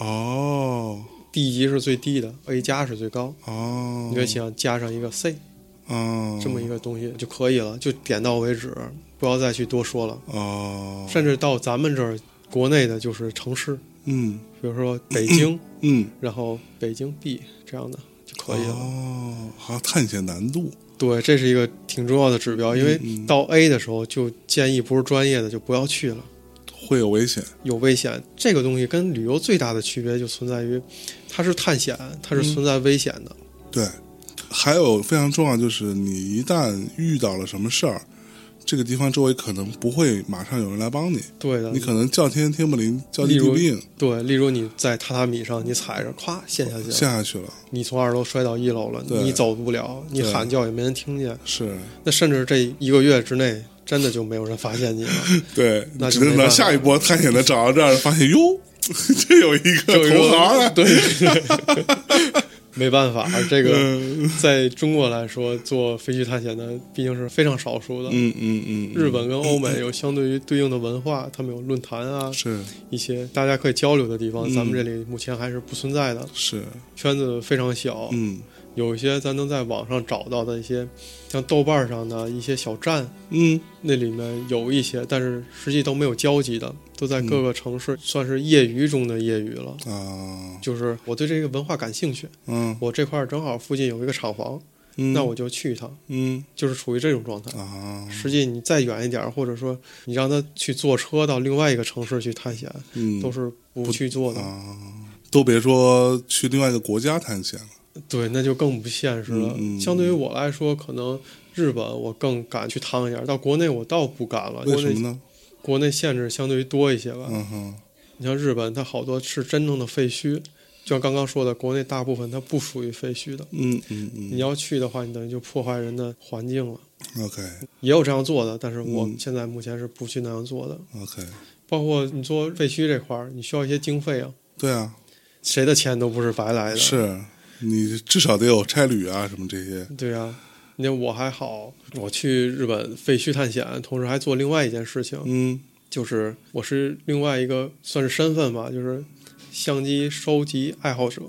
A: 哦
B: ，D 级是最低的，A 加是最高。
A: 哦，
B: 你可以想加上一个 C
A: 啊，
B: 这么一个东西就可以了，就点到为止，不要再去多说了。
A: 哦，
B: 甚至到咱们这儿国内的就是城市，
A: 嗯
B: 比如说北京，
A: 嗯
B: 然后北京 B 这样的就可以了。
A: 哦，还有探险难度
B: 对，这是一个挺重要的指标，因为
A: 嗯嗯
B: 到 A 的时候就建议不是专业的就不要去了。
A: 会有危险，
B: 有危险。这个东西跟旅游最大的区别就存在于，它是探险，它是
A: 嗯
B: 存在危险的。
A: 对，还有非常重要就是你一旦遇到了什么事儿。这个地方周围可能不会马上有人来帮你，
B: 对的，
A: 你可能叫天天不灵，叫
B: 嗯例
A: 地地
B: 如
A: 不应，
B: 对，例如你在榻榻米上，你踩着，咵陷下去了，
A: 下下去了。
B: 你从二楼摔到一楼了，
A: 对
B: 你走不了，你
A: 对
B: 喊叫也没人听见。
A: 是，
B: 那甚至这一个月之内，真的就没有人发 现你了，
A: 对，
B: 那
A: 只
B: 就
A: 能
B: 没办
A: 等
B: 法
A: 下一波探险的找到这儿，发现哟， 这有一个
B: 就
A: 同行啊，
B: 对。 没办法，这个
A: 嗯
B: 在中国来说，做飞机探险的毕竟是非常少数的。
A: 嗯嗯嗯，
B: 日本跟欧美有相对于对应的文化，他们有论坛啊，
A: 是
B: 一些大家可以交流的地方，
A: 嗯
B: 咱们这里目前还是不存在的，
A: 是，
B: 圈子非常小。
A: 嗯
B: 有一些咱能在网上找到的一些，像豆瓣上的一些小站，
A: 嗯
B: 那里面有一些，但是实际都没有交集的，都在各个城市，算是业余中的业余了。
A: 啊，
B: 就是我对这个文化感兴趣，
A: 嗯
B: 我这块儿正好附近有一个厂房，
A: 嗯，
B: 那我就去一趟，
A: 嗯
B: 就是处于这种状态。
A: 啊，
B: 实际你再远一点儿，或者说你让他去坐车到另外一个城市去探险，
A: 嗯，
B: 都是不去做的。
A: 啊，都别说去另外一个国家探险了，
B: 对，那就更不现实了。
A: 嗯嗯
B: 相对于我来说，可能日本我更敢去趟一点儿，到国内我倒不敢了。
A: 为
B: 啊国
A: 什么
B: 内啊
A: 呢？
B: 国内限制相对于多一些吧。
A: 嗯哼，
B: 你像日本，它好多是真正的废墟，就像刚刚说的，国内大部分它不属于废墟的。
A: 嗯嗯嗯
B: 你要去的话，你等于就破坏人的环境了。
A: ，OK
B: 也有这样做的，但是我
A: 嗯
B: 现在目前是不去那样做的。
A: OK，
B: 包括你做废墟这块儿，你需要一些经费啊，
A: 对啊，
B: 谁的钱都不是白来的。
A: 是你至少得有差旅啊什么这些，
B: 对啊，你看我还好，我去日本废墟探险，同时还做另外一件事情，
A: 嗯
B: 就是我是另外一个算是身份吧，就是相机收集爱好者。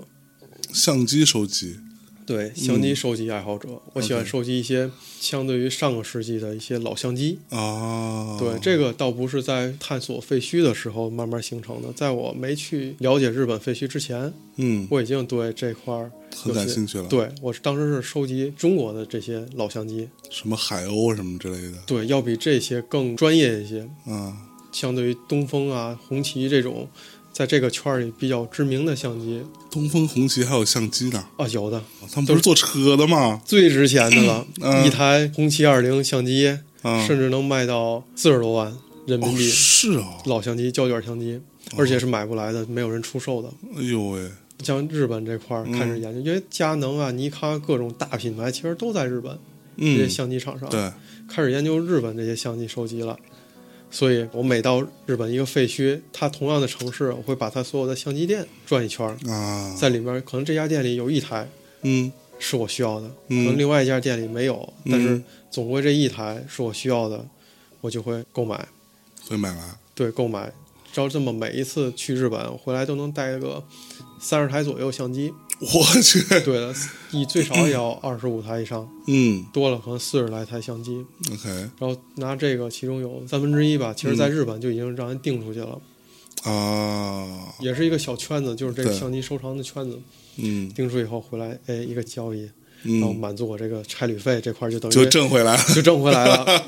A: 相机收集，
B: 对，相机收集爱好者，我喜
A: 嗯
B: 欢
A: OK
B: 收集一些相对于上个世纪的一些老相机。
A: 啊，
B: 对，这个倒不是在探索废墟的时候慢慢形成的，在我没去了解日本废墟之前，
A: 嗯
B: 我已经对这块儿
A: 很感兴趣了，，
B: 对我是当时是收集中国的这些老相机，
A: 什么海鸥什么之类的，
B: 对，要比这些更专业一些。
A: 啊
B: 相对于东风啊、红旗这种在这个圈儿里比较知名的相机
A: 东风红旗还有相机呢，
B: 啊，有的
A: 他们不是做车的吗？
B: 最值钱的了，
A: 嗯
B: 一台红旗二零相机，
A: 啊，
B: 甚至能卖到四十多万人民
A: 哦，
B: 币，
A: 是哦，
B: 老相机胶卷相机，而且是买不来的，没有人出售的。
A: 哎呦喂，
B: 像日本这块儿开
A: 嗯
B: 始研究，因为佳能啊、尼康各种大品牌其实都在日本这些
A: 嗯，
B: 相机厂商，
A: 对，
B: 开始研究日本这些相机收集了。所以我每到日本一个废墟，它同样的城市，我会把它所有的相机店转一圈儿，
A: 啊，
B: 在里面可能这家店里有一台
A: 嗯
B: 是我需要的，可
A: 嗯
B: 能另外一家店里没有，但是
A: 嗯
B: 总归这一台是我需要的，我就会购买。
A: 会买来，
B: 对，购买。只要这么每一次去日本回来都能带个三十台左右相机，
A: 我去，
B: 对的，你最少也要二十五台以上，
A: 嗯
B: 多了可能四十来台相机。
A: ，OK
B: 然后拿这个，其中有三分之一吧，其
A: 嗯
B: 实在日本就已经让人定出去了，
A: 啊，
B: 也是一个小圈子，就是这个
A: 对
B: 相机收藏的圈子。
A: 嗯
B: 定出以后回来，哎，一个交易，然后
A: 嗯，
B: 满足我这个差旅费这块儿就等于
A: 就挣回 来了，
B: 就挣回 来了。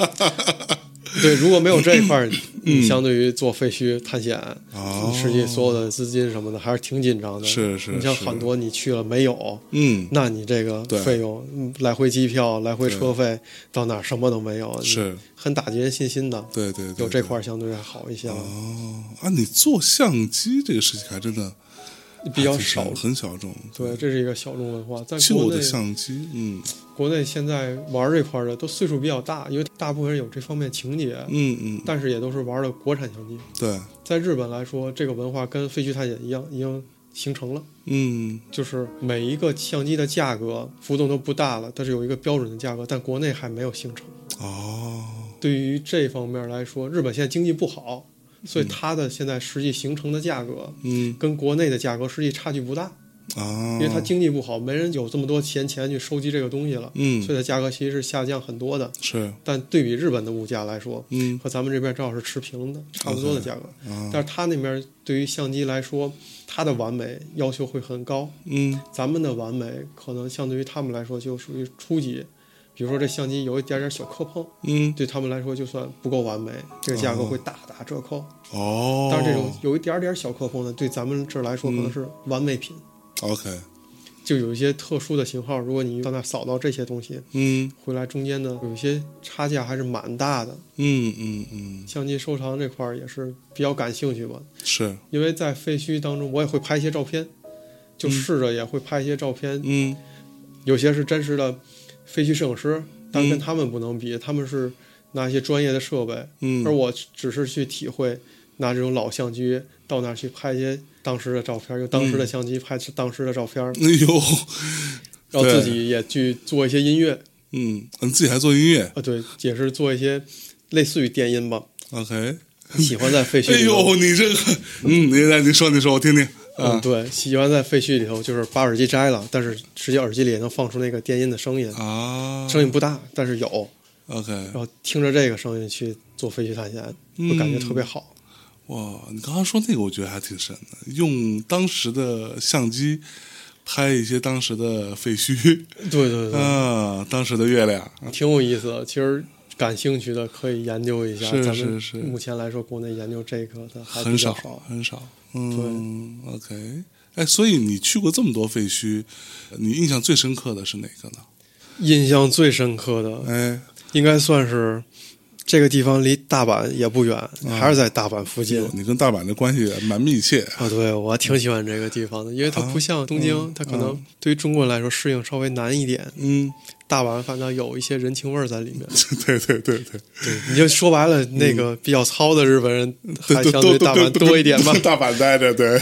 B: 对，如果没有这一块儿，你相对于做废墟探险，
A: 嗯哦
B: 你实际所有的资金什么的还是挺紧张的。
A: 是是
B: 你像
A: 是
B: 很多你去了没有，
A: 嗯，
B: 那你这个
A: 对
B: 费用，嗯来回机票、来回车费，到哪儿什么都没有，你
A: 是
B: 很打击人信心的。
A: 对对，对
B: 有这块儿相对还好一些了，
A: 哦，啊，你做相机这个事情还真的
B: 比较
A: 还挺
B: 少。
A: 很小众，
B: 对，，这是一个小众文化，在
A: 旧
B: 国内
A: 的相机，嗯
B: 国内现在玩这块儿的都岁数比较大，因为大部分人有这方面情节，
A: 嗯嗯，
B: 但是也都是玩的国产相机。
A: 对，
B: 在日本来说，这个文化跟废墟探险一样，已经形成了。
A: 嗯
B: 就是每一个相机的价格浮动都不大了，但是有一个标准的价格，但国内还没有形成。
A: 哦，
B: 对于这方面来说，日本现在经济不好，所以它的现在实际形成的价格
A: 嗯
B: 跟国内的价格实际差距不大，
A: 啊，
B: 因为它经济不好，没人有这么多闲钱去收集这个东西了，
A: 嗯
B: 所以它价格其实是下降很多的。
A: 是
B: 但对比日本的物价来说，
A: 嗯
B: 和咱们这边正好是持平的，差不多的价格。
A: 啊
B: 但是它那边对于相机来说，它的完美要求会很高，
A: 嗯
B: 咱们的完美可能相对于他们来说就属于初级。比如说这相机有一点点小磕碰，
A: 嗯
B: 对他们来说就算不够完美，这个价格会大打折扣。
A: 哦，嗯
B: 但是这种有一点点小磕碰呢，对咱们这儿来说可能是完美品。
A: OK，
B: 就有一些特殊的型号，如果你到那儿扫到这些东西
A: 嗯
B: 回来，中间呢有一些差价还是蛮大的。
A: 嗯嗯嗯，
B: 相机收藏这块儿也是比较感兴趣吧，
A: 是
B: 因为在废墟当中，我也会拍一些照片， 就试着也会拍一些照片，
A: 嗯
B: 有些是真实的废墟摄影师，但
A: 嗯
B: 跟他们不能比，他们是拿一些专业的设备，
A: 嗯，
B: 而我只是去体会拿这种老相机到那儿去拍一些当时的照片，用当时的相机拍当时的照片，
A: 哎呦，
B: 然后
A: 对
B: 自己也去做一些音乐，
A: 嗯，你自己还做音乐
B: 啊，对，也是做一些类似于电音吧，
A: ，OK，
B: 喜欢在废墟
A: 哎
B: 里头。
A: 呦，你这个，嗯，你来，你说，你说，我听听
B: 嗯，
A: 啊
B: 对，喜欢在废墟里头，就是把耳机摘了，但是实际耳机里也能放出那个电音的声音，
A: 啊，
B: 声音不大，但是有，
A: OK，
B: 然后听着这个声音去做废墟探险，会感觉特别好。
A: 哇，你刚刚说那个，我觉得还挺神的，用当时的相机拍一些当时的废墟
B: 对对对，
A: 啊，当时的月亮，
B: 嗯挺有意思的。其实感兴趣的可以研究一下，
A: 是
B: 咱
A: 是
B: 们
A: 是
B: 目前来说，国内研究这个的还
A: 很
B: 比较
A: 少
B: 少。
A: 很少。嗯，OK，哎，所以你去过这么多废墟，你印象最深刻的是哪个呢？
B: 印象最深刻的
A: 哎，
B: 应该算是这个地方离大阪也不远，
A: 嗯
B: 还是在大阪附近。
A: 你跟大阪的关系蛮密切。
B: 啊，对，我挺喜欢这个地方的，因为它不像嗯东京，它可能对于中国人来说适应稍微难一点。
A: 嗯，
B: 大阪反倒有一些人情味儿在里面。
A: 对对对对，
B: 对，你就说白了，那个比较糙的日本人还
A: 都
B: 相对大阪多一点吧。
A: 大阪待着， 对，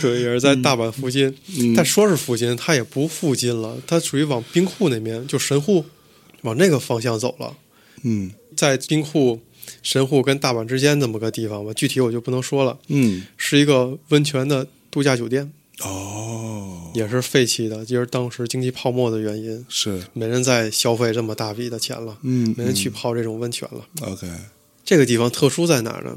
B: 对，也是在大阪附近，
A: 嗯
B: 但说是附近，它也不附近了，它属于往兵库那边，就神户，往那个方向走了。
A: 嗯
B: 在兵库、神户跟大阪之间这么个地方吧，具体我就不能说了，
A: 嗯，
B: 是一个温泉的度假酒店，
A: 哦，
B: 也是废弃的，就是当时经济泡沫的原因，
A: 是，
B: 没人再消费这么大笔的钱了，
A: 嗯，
B: 没人去泡这种温泉了。
A: 嗯，OK，
B: 这个地方特殊在哪儿呢？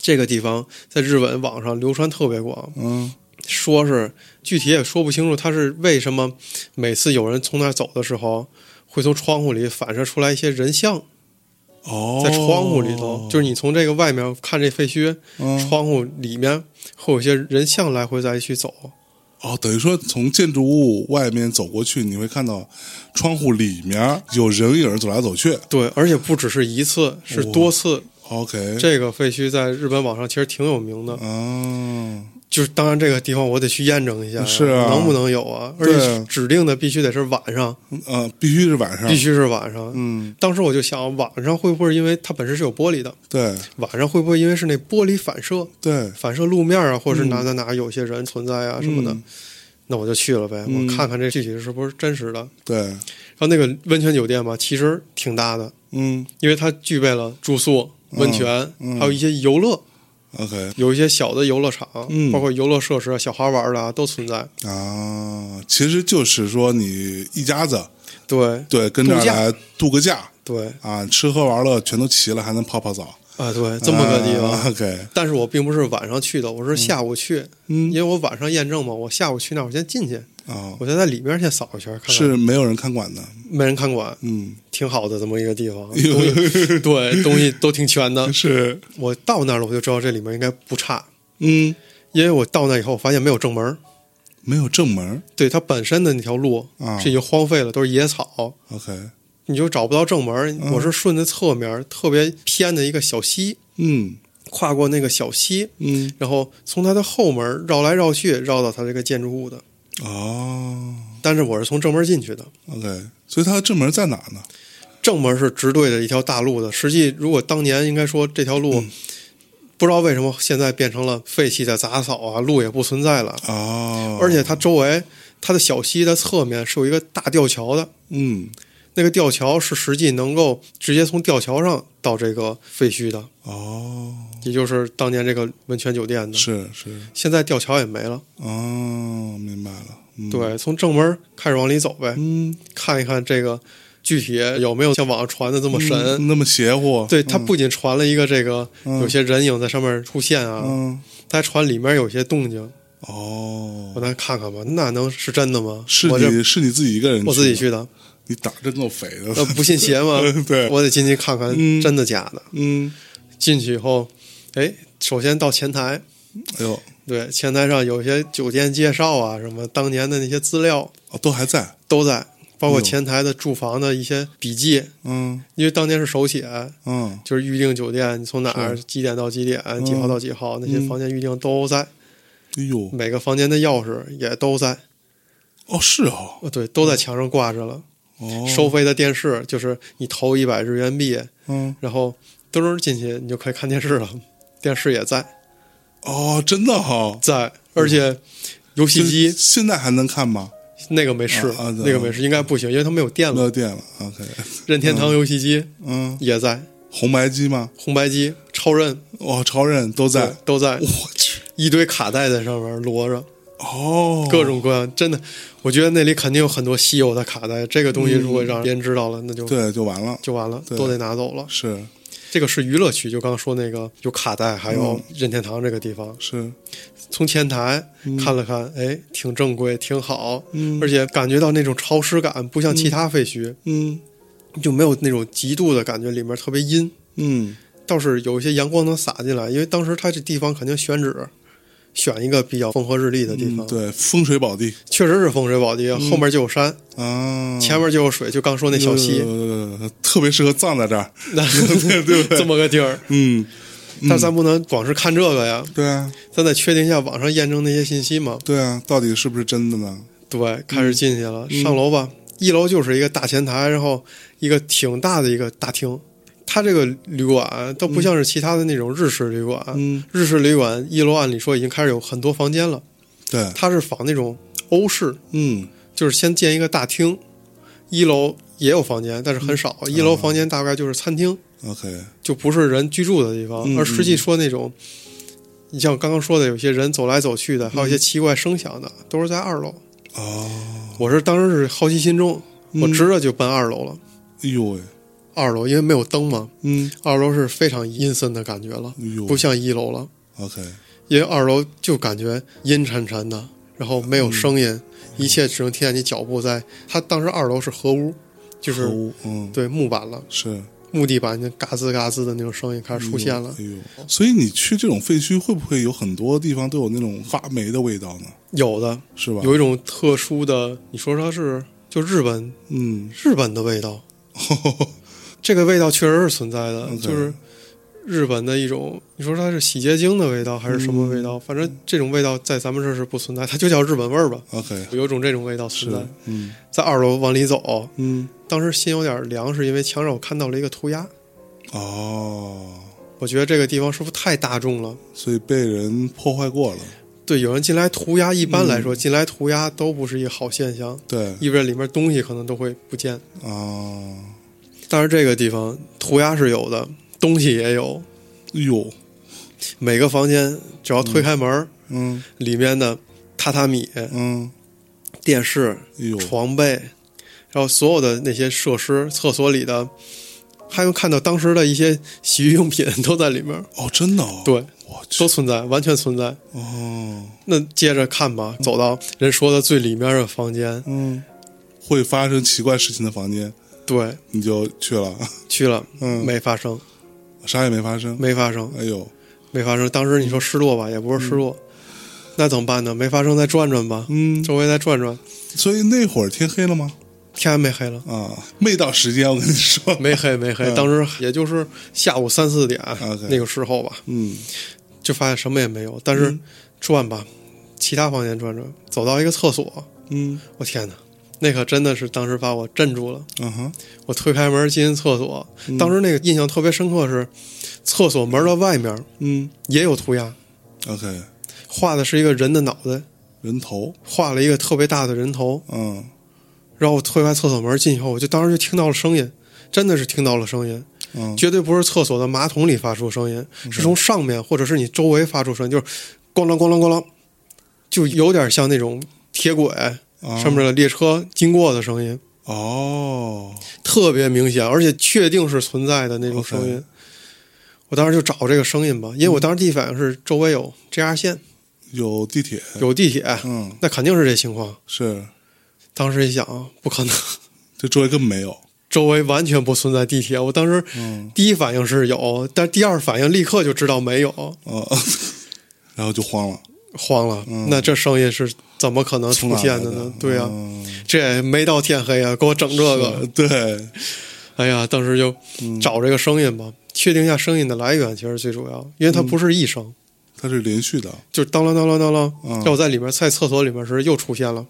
B: 这个地方在日本网上流传特别广，
A: 嗯
B: 说是具体也说不清楚，它是为什么每次有人从那儿走的时候，会从窗户里反射出来一些人像，
A: 哦，
B: 在窗户里头，就是你从这个外面看这废墟，
A: 嗯
B: 窗户里面会有一些人像来回在一起走。
A: 哦，等于说从建筑物外面走过去，你会看到窗户里面有人影走来走去。
B: 对，而且不只是一次，是
A: 哇
B: 多次。
A: OK，
B: 这个废墟在日本网上其实挺有
A: 嗯
B: 名的，
A: 啊，
B: 就是当然这个地方我得去验证一下，
A: 是啊
B: 能不能有啊？而
A: 对
B: 且指定的必须得是晚上，
A: 呃，必须是晚上，
B: 必，须是晚上。
A: 嗯，
B: 当时我就想，晚上会不会因为它本身是有玻璃的，
A: 对
B: 晚上会不会因为是那玻璃反射，
A: 对，
B: 反射路面啊，或者
A: 嗯
B: 是哪哪哪有些人存在啊什么的？
A: 嗯
B: 那我就去了呗，
A: 嗯
B: 我看看这具体是不是真实的。
A: 对，
B: 然后那个温泉酒店吧，其实挺大的，
A: 嗯
B: 因为它具备了住宿、
A: 嗯
B: 温泉，
A: 嗯
B: 还有一些游乐，
A: ，OK，
B: 有一些小的游乐场，
A: 嗯
B: 包括游乐设施啊、小孩玩的啊都存在。
A: 啊，其实就是说你一家子
B: 对
A: 对跟这儿
B: 度假
A: 来度个假
B: 对
A: 啊，吃喝玩乐全都齐了，还能泡泡澡，
B: 啊，对，这么个地方。嗯
A: 啊，OK，
B: 但是我并不是晚上去的，我是下午去，因
A: 嗯
B: 为我晚上验证嘛，我下午去那儿我先进去，
A: 啊，
B: 我先在里面先扫一圈，看看
A: 是没有人看管的，
B: 没人看管，
A: 嗯，
B: 挺好的这么一个地 方，
A: 哎呦
B: 东西对东西都挺全的。
A: 是，
B: 我到那儿了，我就知道这里面应该不差，
A: 嗯，
B: 因为我到那以后，我发现没有正门儿，
A: 没有正门
B: 对它本身的那条路
A: 啊
B: 是已经荒废了，都是野草，
A: ，OK，
B: 你就找不到正门儿。我是顺着侧面儿特别偏的一个小溪，
A: 嗯
B: 跨过那个小溪，
A: 嗯，
B: 然后从它的后门儿绕来绕去，绕到它这个建筑物的。
A: 哦
B: 但是我是从正门进去的，
A: ，OK，所以它的正门在哪呢？
B: 正门是直对着一条大路的。实际如果当年应该说这条路，不知道为什么现在变成了废弃的杂草啊，路也不存在了。
A: 哦，
B: 而且它周围，它的小溪的侧面是有一个大吊桥的，
A: 嗯，
B: 那个吊桥是实际能够直接从吊桥上到这个废墟的，
A: 哦，
B: 也就是当年这个温泉酒店的。
A: 是是，
B: 现在吊桥也没了，
A: 哦，明白了，嗯，，
B: 对，从正门开始往里走呗，
A: 嗯，
B: 看一看这个具体有没有像网上传的这么神。
A: 嗯那么邪乎，
B: 对，它
A: 嗯，
B: 不仅传了一个这个、
A: 嗯
B: 有些人影在上面出现啊，
A: 嗯，
B: 它还传里面有些动静，我
A: 哦，
B: 再看看吧。那能是真的吗？
A: 是
B: 我这
A: 你是你自己一个人，
B: 我自己，去的，
A: 你胆儿真够肥的，？
B: 呃，不信邪吗
A: 对
B: 我得进去看看
A: 嗯
B: 真的假的。
A: 嗯，
B: 进去以后，哎，首先到前台，
A: 哎呦，
B: 对，前台上有一些酒店介绍啊，什么当年的那些资料
A: 哦，都还在，
B: 都在，包
A: 哎
B: 括
A: 呦
B: 前台的住房的一些笔记，
A: 嗯
B: 因为当年是手写，
A: 嗯，
B: 就是预定酒店，你从哪儿
A: 是
B: 几点到几点，几号到几号，那些
A: 嗯
B: 房间预定都在，
A: 哎呦，
B: 每个房间的钥匙也都在，
A: 哦，是哦，
B: 呃，对，都在墙上挂着了。
A: 哦，
B: 收，费的电视就是你投一百日元币，
A: 嗯，
B: 然后嘚儿进去，你就可以看电视了， 电视也在
A: 哦，真的哈，
B: 在，而
A: 嗯
B: 且游戏
A: 现
B: 机
A: 现在还能看吗？
B: 那个没试，
A: 啊啊对
B: 那个没试，应该不行，因为它没有电
A: 没
B: 了。
A: 有电了，OK，
B: 任天堂游戏机
A: 嗯，
B: 也在，
A: 红白机吗？
B: 红白机、超任
A: 哦，超人都在
B: 对，都在，
A: 我去，
B: 一堆卡带在上面摞着，
A: 哦，
B: 各种各样，真的，我觉得那里肯定有很多稀有的卡带，这个东西如果让别人知道了，那就
A: 对，就完了，
B: 就完了，
A: 对
B: 都得拿走了。
A: 是
B: 这个是娱乐区，就刚刚说那个有卡带，还有任天堂这个地方。
A: 是，
B: 从前台看了看，哎，挺正规，挺好，
A: 嗯
B: 而且感觉到那种潮湿感，不像其他废墟，
A: 嗯
B: 就没有那种极度的感觉，里面特别阴，
A: 嗯，
B: 倒是有一些阳光能洒进来，因为当时它这地方肯定选址。选一个比较风和日丽的地
A: 嗯
B: 方，
A: 对，风水宝地
B: 确实是风水宝地，
A: 嗯
B: 后面就有山，
A: 啊，
B: 前面就有水，就刚说那小溪，
A: 呃特别适合葬在这儿，
B: 那
A: 对不对
B: 这么个地儿。
A: 嗯，
B: 但咱不能光是看这个呀，
A: 对啊，
B: 咱得确定一下网上验证那些信息嘛。
A: 对啊，到底是不是真的呢？
B: 对，开始进去了，
A: 嗯
B: 上楼吧。一楼就是一个大前台，然后一个挺大的一个大厅。它这个旅馆倒不像是其他的那种日式旅馆，
A: 嗯
B: 日式旅馆一楼按理说已经开始有很多房间了，
A: 对，
B: 它是仿那种欧式，
A: 嗯
B: 就是先建一个大厅，一楼也有房间，
A: 嗯
B: 但是很少。一
A: 哦
B: 楼房间大概就是餐厅，
A: ，OK，
B: 就不是人居住的地方。
A: 嗯
B: 而实际说那种，你像刚刚说的，有些人走来走去
A: 嗯
B: 的，还有一些奇怪声响的，都是在二楼。
A: 哦，
B: 我是当时是好奇心重，
A: 嗯
B: 我直着就奔二楼了。
A: 哎呦喂，
B: 二楼因为没有灯嘛，
A: 嗯，
B: 二楼是非常阴森的感觉了，
A: 哎呦，
B: 不像一楼了，
A: ，OK，
B: 因为二楼就感觉阴沉沉的，然后没有声
A: 嗯
B: 音，一切只能听见你脚步在。他当时二楼是合屋，就
A: 合
B: 是
A: 屋，嗯，
B: 对木板了，
A: 是，
B: 木地板那嘎吱嘎吱的那种声音开始出现了。
A: 哎呦，哎呦所以你去这种废墟，会不会有很多地方都有那种发霉的味道呢？
B: 有的
A: 是吧？
B: 有一种特殊的，你说它是就日本
A: 嗯，
B: 日本的 味道，这个味道确实是存在的，
A: OK
B: 就是日本的一种，你说它是洗洁精的味道还是什么味
A: 嗯
B: 道？反正这种味道在咱们这儿是不存在，它就叫日本味儿吧。
A: OK，
B: 有一种这种味道存在
A: 是，，嗯
B: 在二楼往里走，
A: 嗯，
B: 当时心有点凉，是因为墙上我看到了一个涂鸦，
A: 哦，
B: 我觉得这个地方是不是太大众了？
A: 所以被人破坏过了，
B: 对，有人进来涂鸦，一般来
A: 嗯
B: 说、进来涂鸦都不是一个好现象，
A: 对
B: 意味着里面东西可能都会不见。
A: 啊，
B: 但是这个地方涂鸦是有的，东西也有，
A: 哟，
B: 每个房间只要推开门，
A: 嗯
B: 里面的榻榻米、
A: 嗯，
B: 电视、
A: 哎呦，
B: 床被，然后所有的那些设施，厕所里的，还能看到当时的一些洗浴用品都在里面，
A: 哦，真的、哦，，
B: 对，
A: 我去
B: 都，存在，完全存在。
A: 哦，
B: 那接着看吧，走到人说的最里面的房间，
A: 嗯，会发生奇怪事情的房间，
B: 对，
A: 你就去了，
B: 去了，
A: 嗯
B: 没发生，
A: 啥也没发生，
B: 没发生，
A: 哎呦，
B: 没发生。当时你说失落吧，也不是失落，那怎么办呢？没发生，再转转吧，
A: 嗯，
B: 周围再转转，
A: 所以那会儿天黑了吗？
B: 天还没黑了。嗯
A: 啊，没到时间，我跟你说，
B: 没黑没黑，当时也就是下午三四点
A: OK
B: 那个时候吧，
A: 嗯
B: 就发现什么也没有。但是
A: 嗯
B: 转吧，其他房间转转，走到一个厕所，
A: 嗯
B: 我天哪，那可真的是当时把我震住了。
A: 啊哈，
B: 我推开门进厕所，当时那个印象特别深刻是，厕所门的外面
A: 嗯
B: 也有涂鸦，
A: ，OK，
B: 画的是一个人的脑袋，
A: 人头，
B: 画了一个特别大的人头。
A: 嗯
B: 然后我推开厕所门进去后，我就当时就听到了声音，真的是听到了声音。
A: 嗯，
B: 绝对不是厕所的马桶里发出声音，是从上面或者是你周围发出声音，就是咣啷咣啷咣啷，就有点像那种铁轨
A: 啊
B: 上面的列车经过的声音，
A: 哦，
B: 特别明显，而且确定是存在的那种声音
A: OK。
B: 我当时就找这个声音吧，因为我当时第一反应是周围有 JR 线、
A: 有地铁，
B: 有地铁，
A: 嗯，
B: 那肯定是这情况。
A: 是，
B: 当时一想，啊，不可能，
A: 这周围根本没有，
B: 周围完全不存在地铁。我当时
A: 嗯
B: 第一反应是有，但第二反应立刻就知道没有。
A: 啊， 然后就慌了，
B: 慌了，
A: 嗯
B: 那这声音是怎么可能
A: 从
B: 出
A: 哪
B: 现
A: 来
B: 的呢
A: 的？
B: 对呀、
A: 嗯
B: 这也没到天黑啊，给我整这个！
A: 对，
B: 哎呀，当时就
A: 嗯
B: 找这个声音吧，确定一下声音的来源，其实最主要，
A: 嗯
B: 因为它不是一声，
A: 它是连续的。
B: 就当啷当啷当啷。
A: 嗯
B: 要我在里面在厕所里面时又出现了，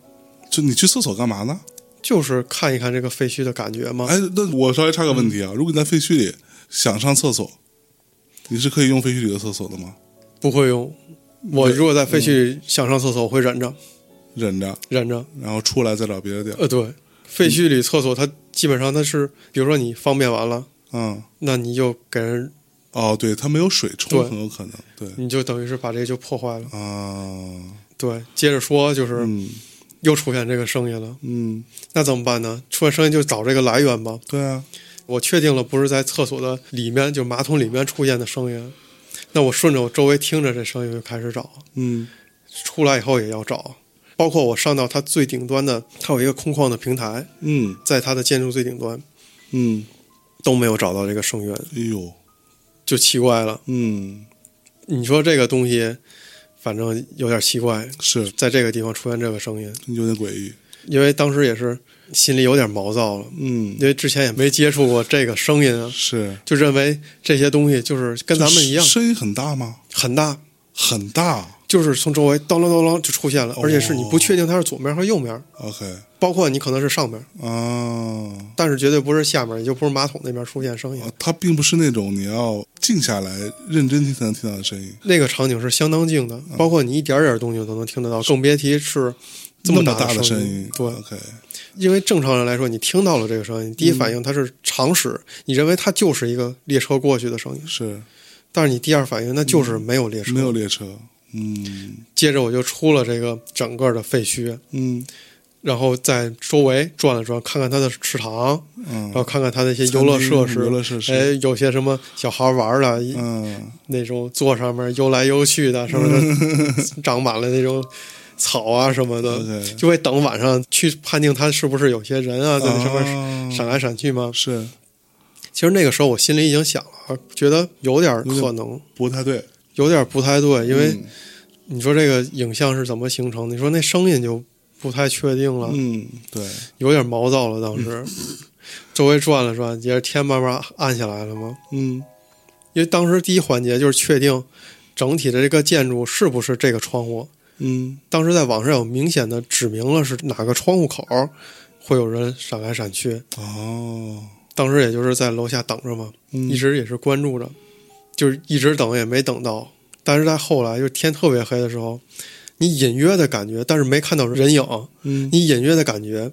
A: 就你去厕所干嘛呢？
B: 就是看一看这个废墟的感觉嘛。
A: 哎，那我稍微插个问题啊，如果你在废墟里想上厕所，你是可以用废墟里的厕所的吗？
B: 不会用，我如果在废
A: 嗯
B: 墟里想上厕所，我会忍着，
A: 忍着，
B: 忍着。
A: 然后出来再找别的地儿。
B: 呃，对，废墟里厕所它基本上它是，比如说你方便完了，
A: 嗯，
B: 那你就给人，
A: 哦，对，它没有水冲，
B: 对
A: 很有可能。对
B: 你就等于是把这个就破坏了。
A: 啊，
B: 对，接着说，就是
A: 嗯
B: 又出现这个声音了，
A: 嗯，
B: 那怎么办呢？出现声音就找这个来源吧。
A: 对啊，
B: 我确定了不是在厕所的里面，就马桶里面出现的声音，那我顺着我周围听着这声音就开始找，
A: 嗯
B: 出来以后也要找，包括我上到它最顶端的，它有一个空旷的平台，
A: 嗯
B: 在它的建筑最顶端
A: 嗯，
B: 都没有找到这个声源，
A: 哎呦，
B: 就奇怪了。
A: 嗯
B: 你说这个东西，反正有点奇怪，
A: 是
B: 在这个地方出现这个声音，
A: 有点诡异。
B: 因为当时也是心里有点毛躁了。
A: 嗯
B: 因，为之前也没接触过这个声音啊，
A: 是
B: 就认为这些东西就是跟咱们一样
A: 声音很大吗？
B: 很大，
A: 很大。
B: 就是从周围当啷当啷就出现了，而且是你不确定它是左面和右面，
A: OK
B: 包括你可能是上面，
A: 啊。
B: 但是绝对不是下面，也就不是马桶那边出现声音
A: 啊。它并不是那种你要静下来认真听才能听到的声音，
B: 那个场景是相当静的，包括你一点点动静都能听得到，更别提是这
A: 那
B: 么
A: 么
B: 大
A: 大的
B: 声
A: 音。嗯
B: 对，
A: ，OK，
B: 因为正常人来说，你听到了这个声音，第一反应它是常识，你认为它就是一个列车过去的声音，
A: 是
B: 但是你第二反应那就是没有列车，
A: 没有列车。嗯
B: 接着我就出了这个整个的废墟，
A: 嗯
B: 然后在周围转了转，看看它的食堂，
A: 嗯
B: 然后看看它的一些游乐设
A: 游
B: 施。
A: 乐设施，
B: 哎，有些什么小孩玩的，一
A: 嗯
B: 那种坐上面游来游去的，上面
A: 嗯
B: 都 长满了那种草啊什么的，
A: ，OK，
B: 就会等晚
A: 哦
B: 上去判定它是不是有些人啊在那上面
A: 面
B: 闪来闪去嘛。
A: 是
B: 其实那个时候我心里已经想了，觉得有点可能，
A: 不太对，
B: 有点不太对，因为
A: 嗯
B: 你说这个影像是怎么形成的，你说那声音就不太确定了，
A: 嗯，对，
B: 有点毛躁了。当时周围转了转，也是天慢慢暗下来了嘛。
A: 嗯
B: 因为当时第一环节就是确定整体的这个建筑是不是这个窗户。
A: 嗯
B: 当时在网上有明显的指明了是哪个窗户口会有人闪来闪去，
A: 哦，
B: 当时也就是在楼下等着嘛，
A: 嗯
B: 一直也是关注着，就是一直等也没等到。但是在后来，就是天特别黑的时候，你隐约的感觉，但是没看到人影，
A: 嗯
B: 你隐约的感觉，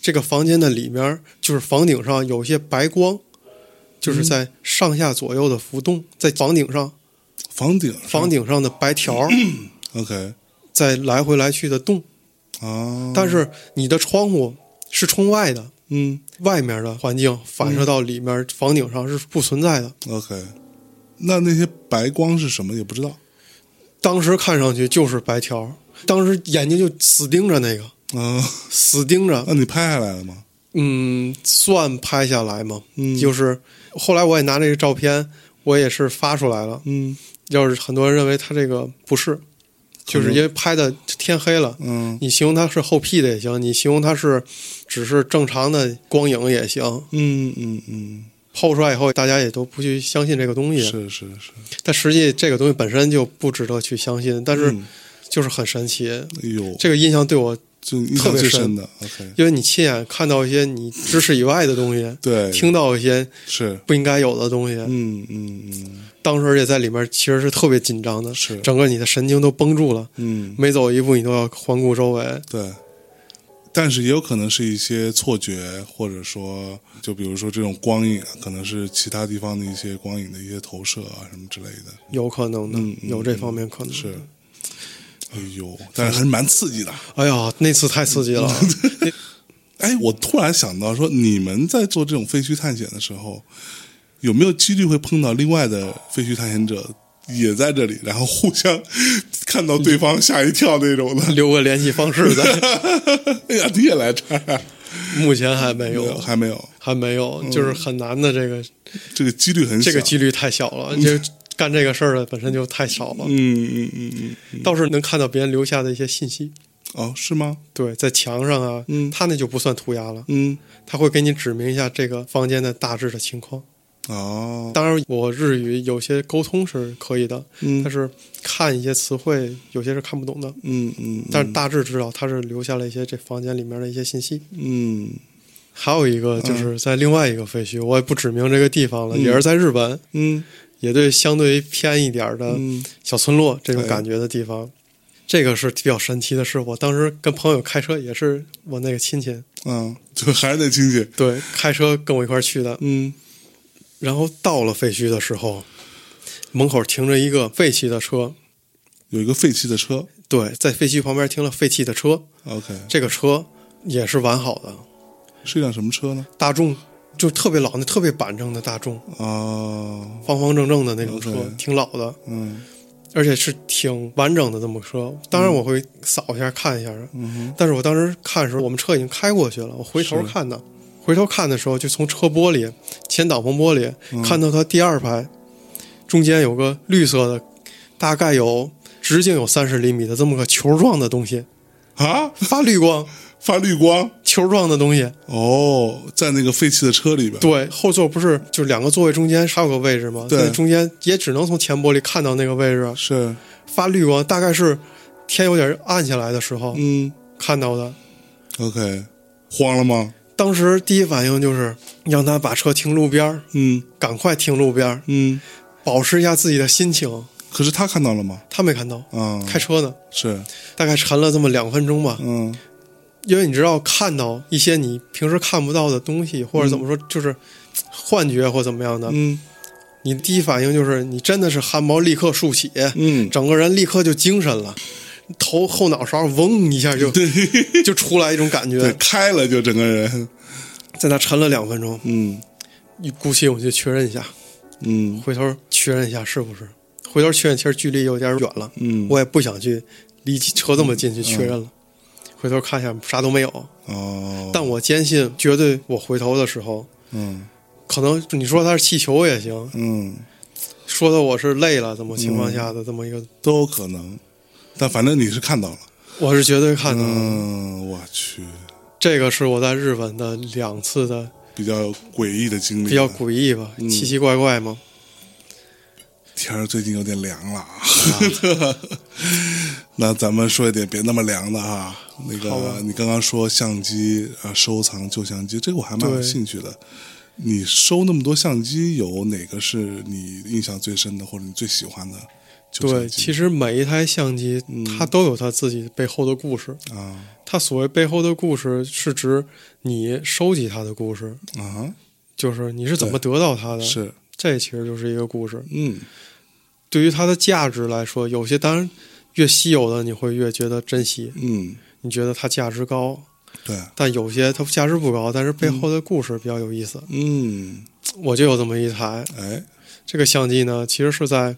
B: 这个房间的里面就是房顶上有一些白光，就是在上下左右的浮动，在房顶上，
A: 房顶上
B: 房顶上的白条儿
A: OK
B: 在来回来去的动，
A: 啊，
B: 但是你的窗户是冲外的，
A: 嗯
B: 外面的环境反射到里面房顶上是不存在的。
A: OK，那那些白光是什么也不知道
B: 当时看上去就是白条，当时眼睛就死盯着那个，
A: 啊？
B: 死盯着。
A: 那你拍下来了吗？
B: 嗯，算拍下来嘛，
A: 嗯
B: 就是后来我也拿这个照片，我也是发出来了。
A: 嗯
B: 要是很多人认为他这个不是，就是因为拍的天黑了。
A: 嗯
B: 你形容它是后 P 的也行，你形容它是只是正常的光影也行。
A: 嗯嗯嗯，
B: 抛出来以后，大家也都不去相信这个东西。
A: 是是是，
B: 但实际这个东西本身就不值得去相信，但是
A: 嗯
B: 就是很神奇。
A: 哎呦，
B: 这个印象对我，
A: 就印
B: 特
A: 象
B: 别
A: 最
B: 深
A: 深的 OK，
B: 因为你亲眼看到一些你知识以外的东西，
A: 对，
B: 听到一些
A: 是，
B: 不应该有的东西。
A: 嗯嗯嗯
B: 当时也在里面，其实是特别紧张的，
A: 是
B: 整个你的神经都绷住了，
A: 嗯，
B: 每走一步你都要环顾周围。
A: 对。但是也有可能是一些错觉，或者说，就比如说这种光影啊，可能是其他地方的一些光影的一些投射啊，什么之类的。
B: 有可能的，
A: 嗯嗯
B: 有这方面可能。
A: 是，哎呦，
B: 嗯
A: 但是还是蛮刺激的。
B: 哎呀，那次太刺激了。
A: 嗯哎，我突然想到说，你们在做这种废墟探险的时候，有没有几率会碰到另外的废墟探险者也在这里，然后互相 看到对方吓一跳那种的？
B: 留个联系方式在，
A: 哎呀，你也来这儿啊？
B: 目前还没有，
A: 还没有，嗯
B: 还没有，就是很难的这个
A: 这个几率很小。
B: 这个几率太小了，就干这个事儿的本身就太少了。
A: 嗯嗯嗯嗯，
B: 倒是能看到别人留下的一些信息，
A: 哦，是吗？
B: 对，在墙上啊，
A: 嗯
B: 他那就不算涂鸦了，
A: 嗯，
B: 他会给你指明一下这个房间的大致的情况。
A: 哦，
B: 当然，我日语有些沟通是可以的，
A: 嗯
B: 但是看一些词汇有些是看不懂的，
A: 嗯嗯，
B: 但是大致知道他是留下了一些这房间里面的一些信息。
A: 嗯
B: 还有一个就是在另外一个废墟，我也不指明这个地方了，
A: 嗯
B: 也是在日本，
A: 嗯
B: 也对相对于偏一点的
A: 嗯
B: 小村落这种
A: 哎
B: 感觉的地方。这个是比较神奇的是，我当时跟朋友开车，也是我那个亲戚，
A: 啊，就还是那亲戚。
B: 对，开车跟我一块儿去的。
A: 嗯
B: 然后到了废墟的时候，门口停着一个废弃的车，
A: 有一个废弃的车
B: 对，在废墟旁边停了废弃的车，
A: ，OK，
B: 这个车也是完好的，
A: 是一辆什么车呢？
B: 大众就特别老，那特别板正的大众，
A: 啊，
B: 方方正正的那种车
A: OK
B: 挺老的，
A: 嗯
B: 而且是挺完整的这么个车。当然我会扫一下看一下，
A: 嗯哼，
B: 但是我当时看的时候，我们车已经开过去了，我回头
A: 是
B: 看的，回头看的时候，就从车玻璃、前挡风玻璃、看到它第二排中间有个绿色的，大概有直径有三十厘米的这么个球状的东西，
A: 啊，
B: 发绿光，
A: 发绿光
B: 球状的东西。
A: 哦，在那个废弃的车里边，
B: 对，后座不是就两个座位中间还有个位置吗？
A: 对
B: 那中间也只能从前玻璃看到那个位置
A: 是，
B: 发绿光，大概是天有点暗下来的时候
A: 嗯
B: 看到的。
A: ，OK，慌了吗？
B: 当时第一反应就是让他把车停路边儿，
A: 嗯
B: 赶快停路边儿，
A: 嗯，
B: 保持一下自己的心情。
A: 可是他看到了吗？
B: 他没看到，
A: 啊，
B: 开车呢，
A: 是，
B: 大概沉了这么两分钟吧。
A: 嗯
B: 因为你知道，看到一些你平时看不到的东西，或者怎么说，就是幻觉或怎么样的，
A: 嗯
B: 你第一反应就是你真的是汗毛立刻竖起，
A: 嗯，
B: 整个人立刻就精神了，头后脑勺嗡一下就就出来一种感
A: 对，
B: 觉。
A: 开了就整个人，
B: 在那沉了两分钟，
A: 嗯
B: 你鼓起勇气确认一下，
A: 嗯
B: 回头确认一下是不是，回头确认，其实距离有点远了。
A: 嗯，
B: 我也不想去离车这么近去确认了。回头看一下，啥都没有。
A: 哦，
B: 但我坚信，绝对我回头的时候
A: 嗯
B: 可能你说它是气球也行，
A: 嗯，
B: 说的我是累了怎么情况下的这么一个，
A: 都有可能。但反正你是看到了，
B: 我是绝对看到的。
A: 嗯，我去，
B: 这个是我在日本的两次的
A: 比较诡异的经历，啊
B: 比较诡异吧，奇奇怪怪嘛。
A: 天儿最近有点凉了啊。 那咱们说一点别那么凉的啊。那
B: 好吧
A: 个，你刚刚说相机啊，收藏旧相机，这个我还蛮有
B: 对
A: 兴趣的。你收那么多相机，有哪个是你印象最深的，或者你最喜欢的旧相
B: 对，
A: 机？
B: 其实每一台相机嗯它都有它自己背后的故事。
A: 嗯啊
B: 它所谓背后的故事，是指你收集它的故事，
A: 啊，
B: 就是你是怎么得到它的。
A: 是，
B: 这其实就是一个故事。
A: 嗯
B: 对于它的价值来说，有些当然越稀有的你会越觉得珍惜，
A: 嗯，
B: 你觉得它价值高；
A: 对，
B: 但有些它价值不高，但是背后的故事比较有意思。
A: 嗯，
B: 我就有这么一台，
A: 哎
B: 这个相机呢，其实是在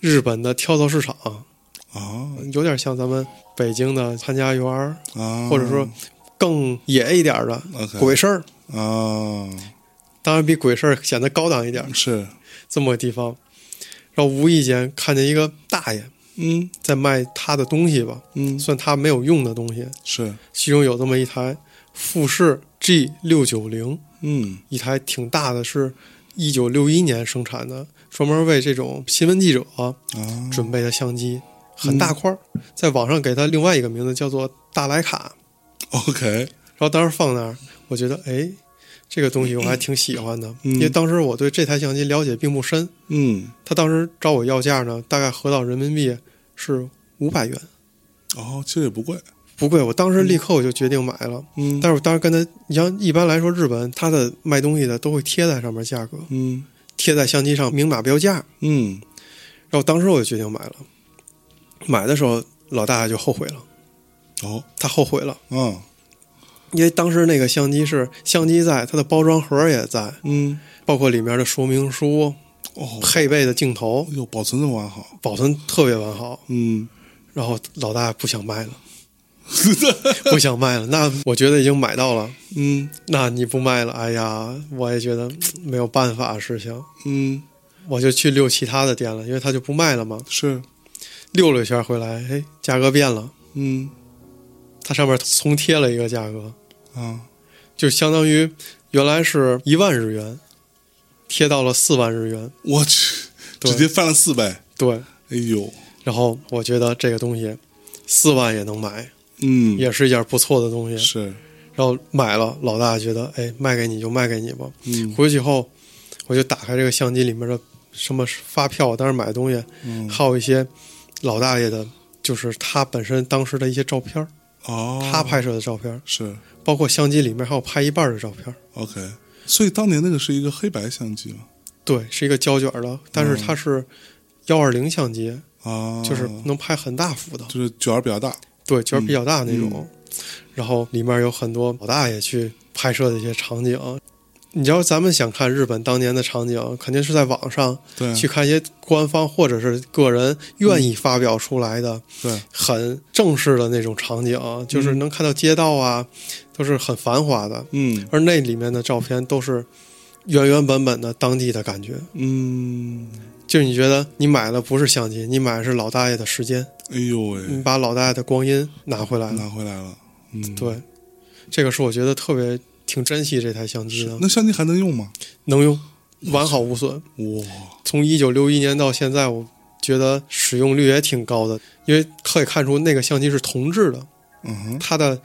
B: 日本的跳蚤市场，
A: 啊
B: 有点像咱们北京的潘家园儿，
A: 啊，
B: 或者说更野一点儿的
A: OK
B: 鬼市儿，
A: 啊，
B: 当然比鬼市儿显得高档一点儿。
A: 是，
B: 这么个地方，然后无意间看见一个大爷
A: 嗯
B: 在卖他的东西吧，
A: 嗯，
B: 算他没有用的东西，
A: 是，
B: 其中有这么一台富士 G 六九零，
A: 嗯
B: 一台挺大的，是一九六一年生产的，专门为这种新闻记者
A: 啊，
B: 准备的相机，很大块儿，在网上给它另外一个名字叫做大徕卡。
A: OK，
B: 然后当时放那儿，我觉得哎，这个东西我还挺喜欢的，
A: 嗯
B: 因为当时我对这台相机了解并不深。
A: 嗯，
B: 他当时找我要价呢，大概合到人民币是五百元，
A: 哦，其实也不贵，
B: 不贵。我当时立刻我就决定买了。
A: 嗯，
B: 但是我当时跟他，你像一般来说，日本他的卖东西的都会贴在上面价格，
A: 嗯
B: 贴在相机上明码标价。
A: 嗯，
B: 然后当时我就决定买了。买的时候，老大爷就后悔了，
A: 哦，
B: 他后悔了，
A: 啊，
B: 因为当时那个相机是相机在，它的包装盒也在，
A: 嗯，
B: 包括里面的说明书、
A: 哦，
B: 配备的镜头，
A: 哟，保存的完好，
B: 保存特别完好。
A: 嗯，
B: 然后老大不想卖了，不想卖了。那我觉得已经买到了，
A: 嗯
B: 那你不卖了，哎呀，我也觉得嗯没有办法事情，
A: 嗯，
B: 我就去溜其他的店了，因为他就不卖了嘛。
A: 是，
B: 溜了一圈回来，哎，价格变了，
A: 嗯
B: 它上面重贴了一个价格，
A: 啊，
B: 就相当于原来是一万日元，贴到了四万日元。
A: 我去，
B: 对
A: 直接翻了四倍，
B: 对，
A: 哎呦，
B: 然后我觉得这个东西四万也能买，
A: 嗯，
B: 也是一件不错的东西。
A: 是，
B: 然后买了，老大觉得哎，卖给你就卖给你吧。
A: 嗯
B: 回去以后，我就打开这个相机里面的什么发票，当时买的东西，
A: 嗯，
B: 还有一些老大爷的，就是他本身当时的一些照片儿，
A: 哦，
B: 他拍摄的照片儿，
A: 是
B: 包括相机里面还有拍一半儿的照片儿。
A: OK，所以当年那个是一个黑白相机嘛，
B: 对，是一个胶卷儿的，但是它
A: 哦
B: 是幺二零相机，
A: 啊，
B: 就是能拍很大幅的，
A: 就是卷儿比较大，
B: 对，卷儿比较大那种。
A: 嗯
B: 然后里面有很多老大爷去拍摄的一些场景。你知道，咱们想看日本当年的场景，肯定是在网上
A: 对，
B: 去看一些官方或者是个人愿意发表出来的、
A: 对，
B: 很正式的那种场景，就是能看到街道啊，都是很繁华的。
A: 嗯
B: 而那里面的照片都是原原本本的当地的感觉，
A: 嗯，
B: 就你觉得你买的不是相机，你买的是老大爷的时间，
A: 哎呦喂
B: 你，把老大爷的光阴拿回来了。
A: 拿回来了，嗯，，
B: 对，这个是我觉得特别挺珍惜这台相机的，
A: 那相机还能用吗？
B: 能用，完好无损。
A: 哇，
B: 从一九六一年到现在，我觉得使用率也挺高的，因为可以看出那个相机是铜制的，
A: 嗯
B: 它的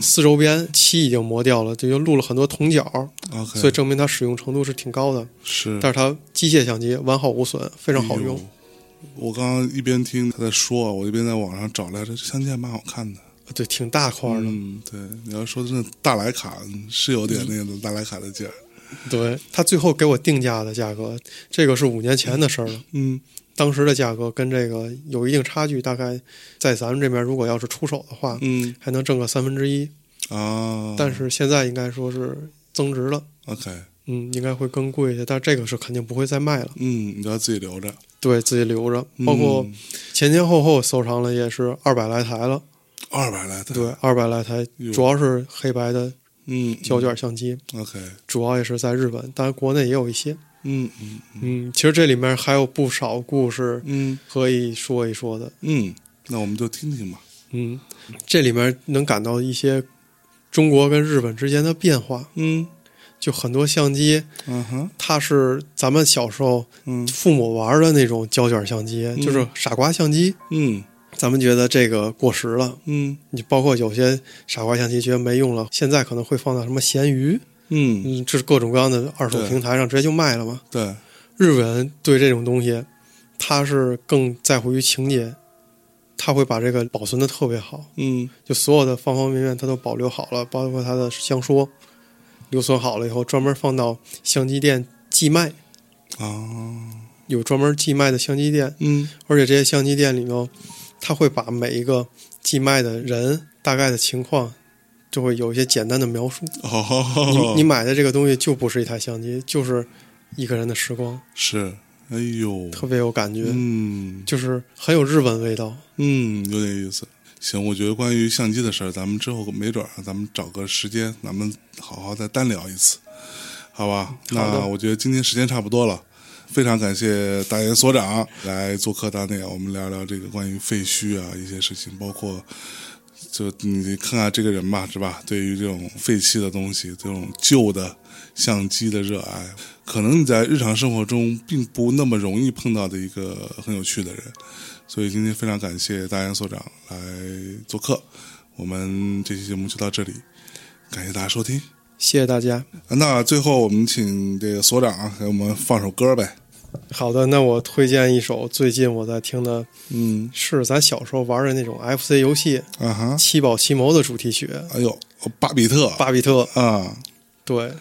B: 四周边漆已经磨掉了，这就露了很多铜角，
A: 哼，OK，
B: 所以证明它使用程度是挺高的。
A: 是
B: 但是它机械相机完好无损，非常好
A: 哎
B: 用
A: 呦。我刚刚一边听他在说，啊我一边在网上找来着，这相机还蛮好看的。
B: 对，挺大块儿的。
A: 嗯，对，你要说真的大徕卡嗯是有点那种大徕卡的劲儿。
B: 对，它最后给我定价的价格，这个是五年前的事儿了。
A: 嗯
B: 当时的价格跟这个有一定差距，大概在咱们这边如果要是出手的话，
A: 嗯
B: 还能挣个三分之一。
A: 啊，
B: 啊但是现在应该说是增值了，
A: OK，
B: 嗯，应该会更贵一些，但是这个是肯定不会再卖了，
A: 嗯，你嗯要自己留着。
B: 对自己留着。嗯包括前前后后收藏了也是二百来台了，
A: 二百来的，
B: 对，二百来台
A: 哟，
B: 主要是黑白的
A: 嗯
B: 胶卷相机，
A: ，OK，
B: 主要也是在日本，当然国内也有一些。
A: 嗯嗯
B: 嗯，其实这里面还有不少故事
A: 嗯
B: 可以说一说的。
A: 嗯，那我们就听听吧。
B: 嗯，这里面能感到一些中国跟日本之间的变化，
A: 嗯
B: 就很多相机
A: 嗯哼
B: 它是咱们小时候
A: 嗯
B: 父母玩的那种胶卷相机，就是傻瓜相机。
A: 嗯
B: 咱们觉得这个过时了，
A: 嗯
B: 你包括有些傻瓜相机觉得没用了，现在可能会放到什么闲鱼，
A: 嗯，
B: 嗯，这是各种各样的二手
A: 对
B: 平台上直接就卖了嘛。
A: 对，
B: 日本人对这种东西，他是更在乎于情节，他会把这个保存的特别好，
A: 嗯
B: 就所有的方方面面他都保留好了，包括他的相说，留存好了以后，专门放到相机店寄卖，
A: 啊，
B: 有专门寄卖的相机店，
A: 嗯
B: 而且这些相机店里头，他会把每一个寄卖的人大概的情况，就会有一些简单的描述。
A: 哦，
B: 你你买的这个东西就不是一台相机，就是一个人的时光，
A: 是，哎呦，
B: 特别有感觉。
A: 嗯
B: 就是很有日本味道。
A: 嗯，有点意思。行，我觉得关于相机的事儿，咱们之后没准儿，咱们找个时间，咱们好好再单聊一次，好吧？
B: 好的
A: 那我觉得今天时间差不多了，非常感谢大岩所长来做客大内，啊我们聊聊这个关于废墟啊一些事情，包括就你看看这个人吧，是吧？对于这种废弃的东西，这种旧的相机的热爱，可能你在日常生活中并不那么容易碰到的一个很有趣的人。所以今天非常感谢大岩所长来做客，我们这期节目就到这里，感谢大家收听。啊
B: 谢谢大家。
A: 那最后我们请这个所长给我们放首歌呗。
B: 好的，那我推荐一首最近我在听的，
A: 嗯
B: 是咱小时候玩的那种 FC 游戏《
A: 啊哈，
B: 七宝奇谋》的主题曲
A: 哎呦，巴比特
B: 《巴比特》。
A: 啊！
B: 对，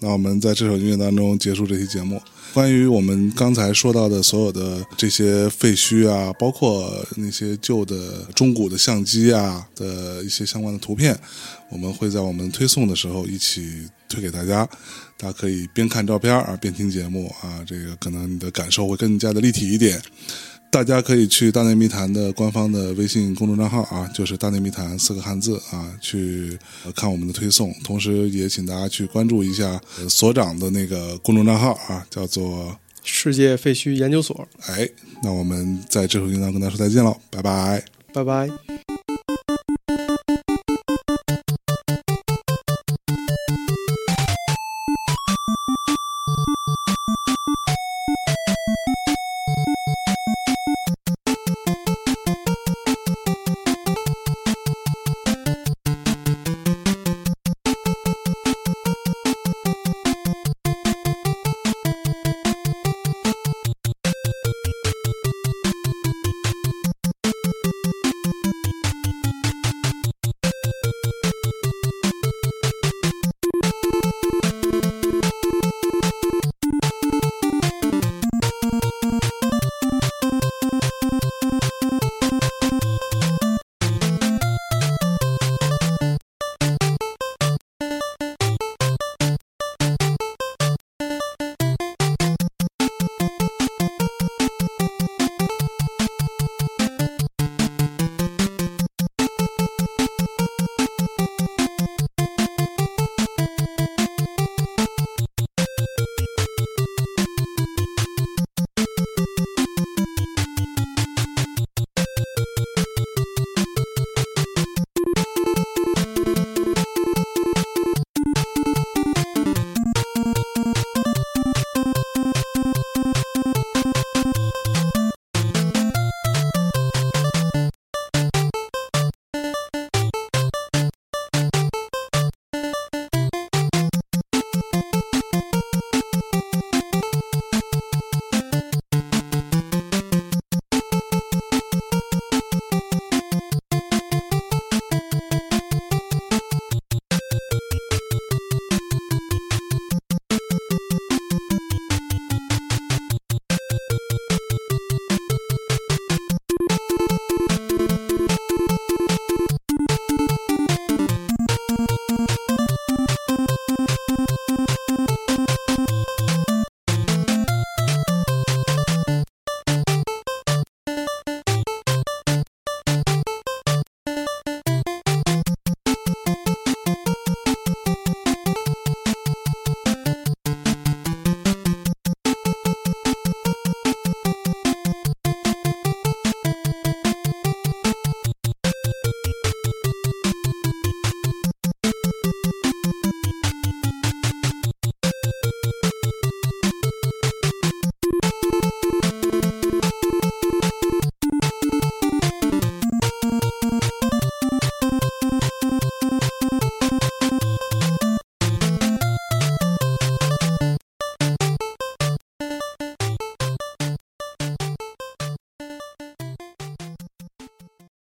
A: 那我们在这首音乐当中结束这期节目。关于我们刚才说到的所有的这些废墟啊，包括那些旧的中古的相机啊的一些相关的图片，我们会在我们推送的时候一起推给大家。大家可以边看照片啊，边听节目啊，这个可能你的感受会更加的立体一点。大家可以去大内密谈的官方的微信公众账号啊，就是大内密谈四个汉字啊，去呃看我们的推送。同时，也请大家去关注一下呃所长的那个公众账号啊，叫做
B: 世界废墟研究所。
A: 哎。那我们在这首音当中跟大家说再见了，拜拜。
B: 拜拜。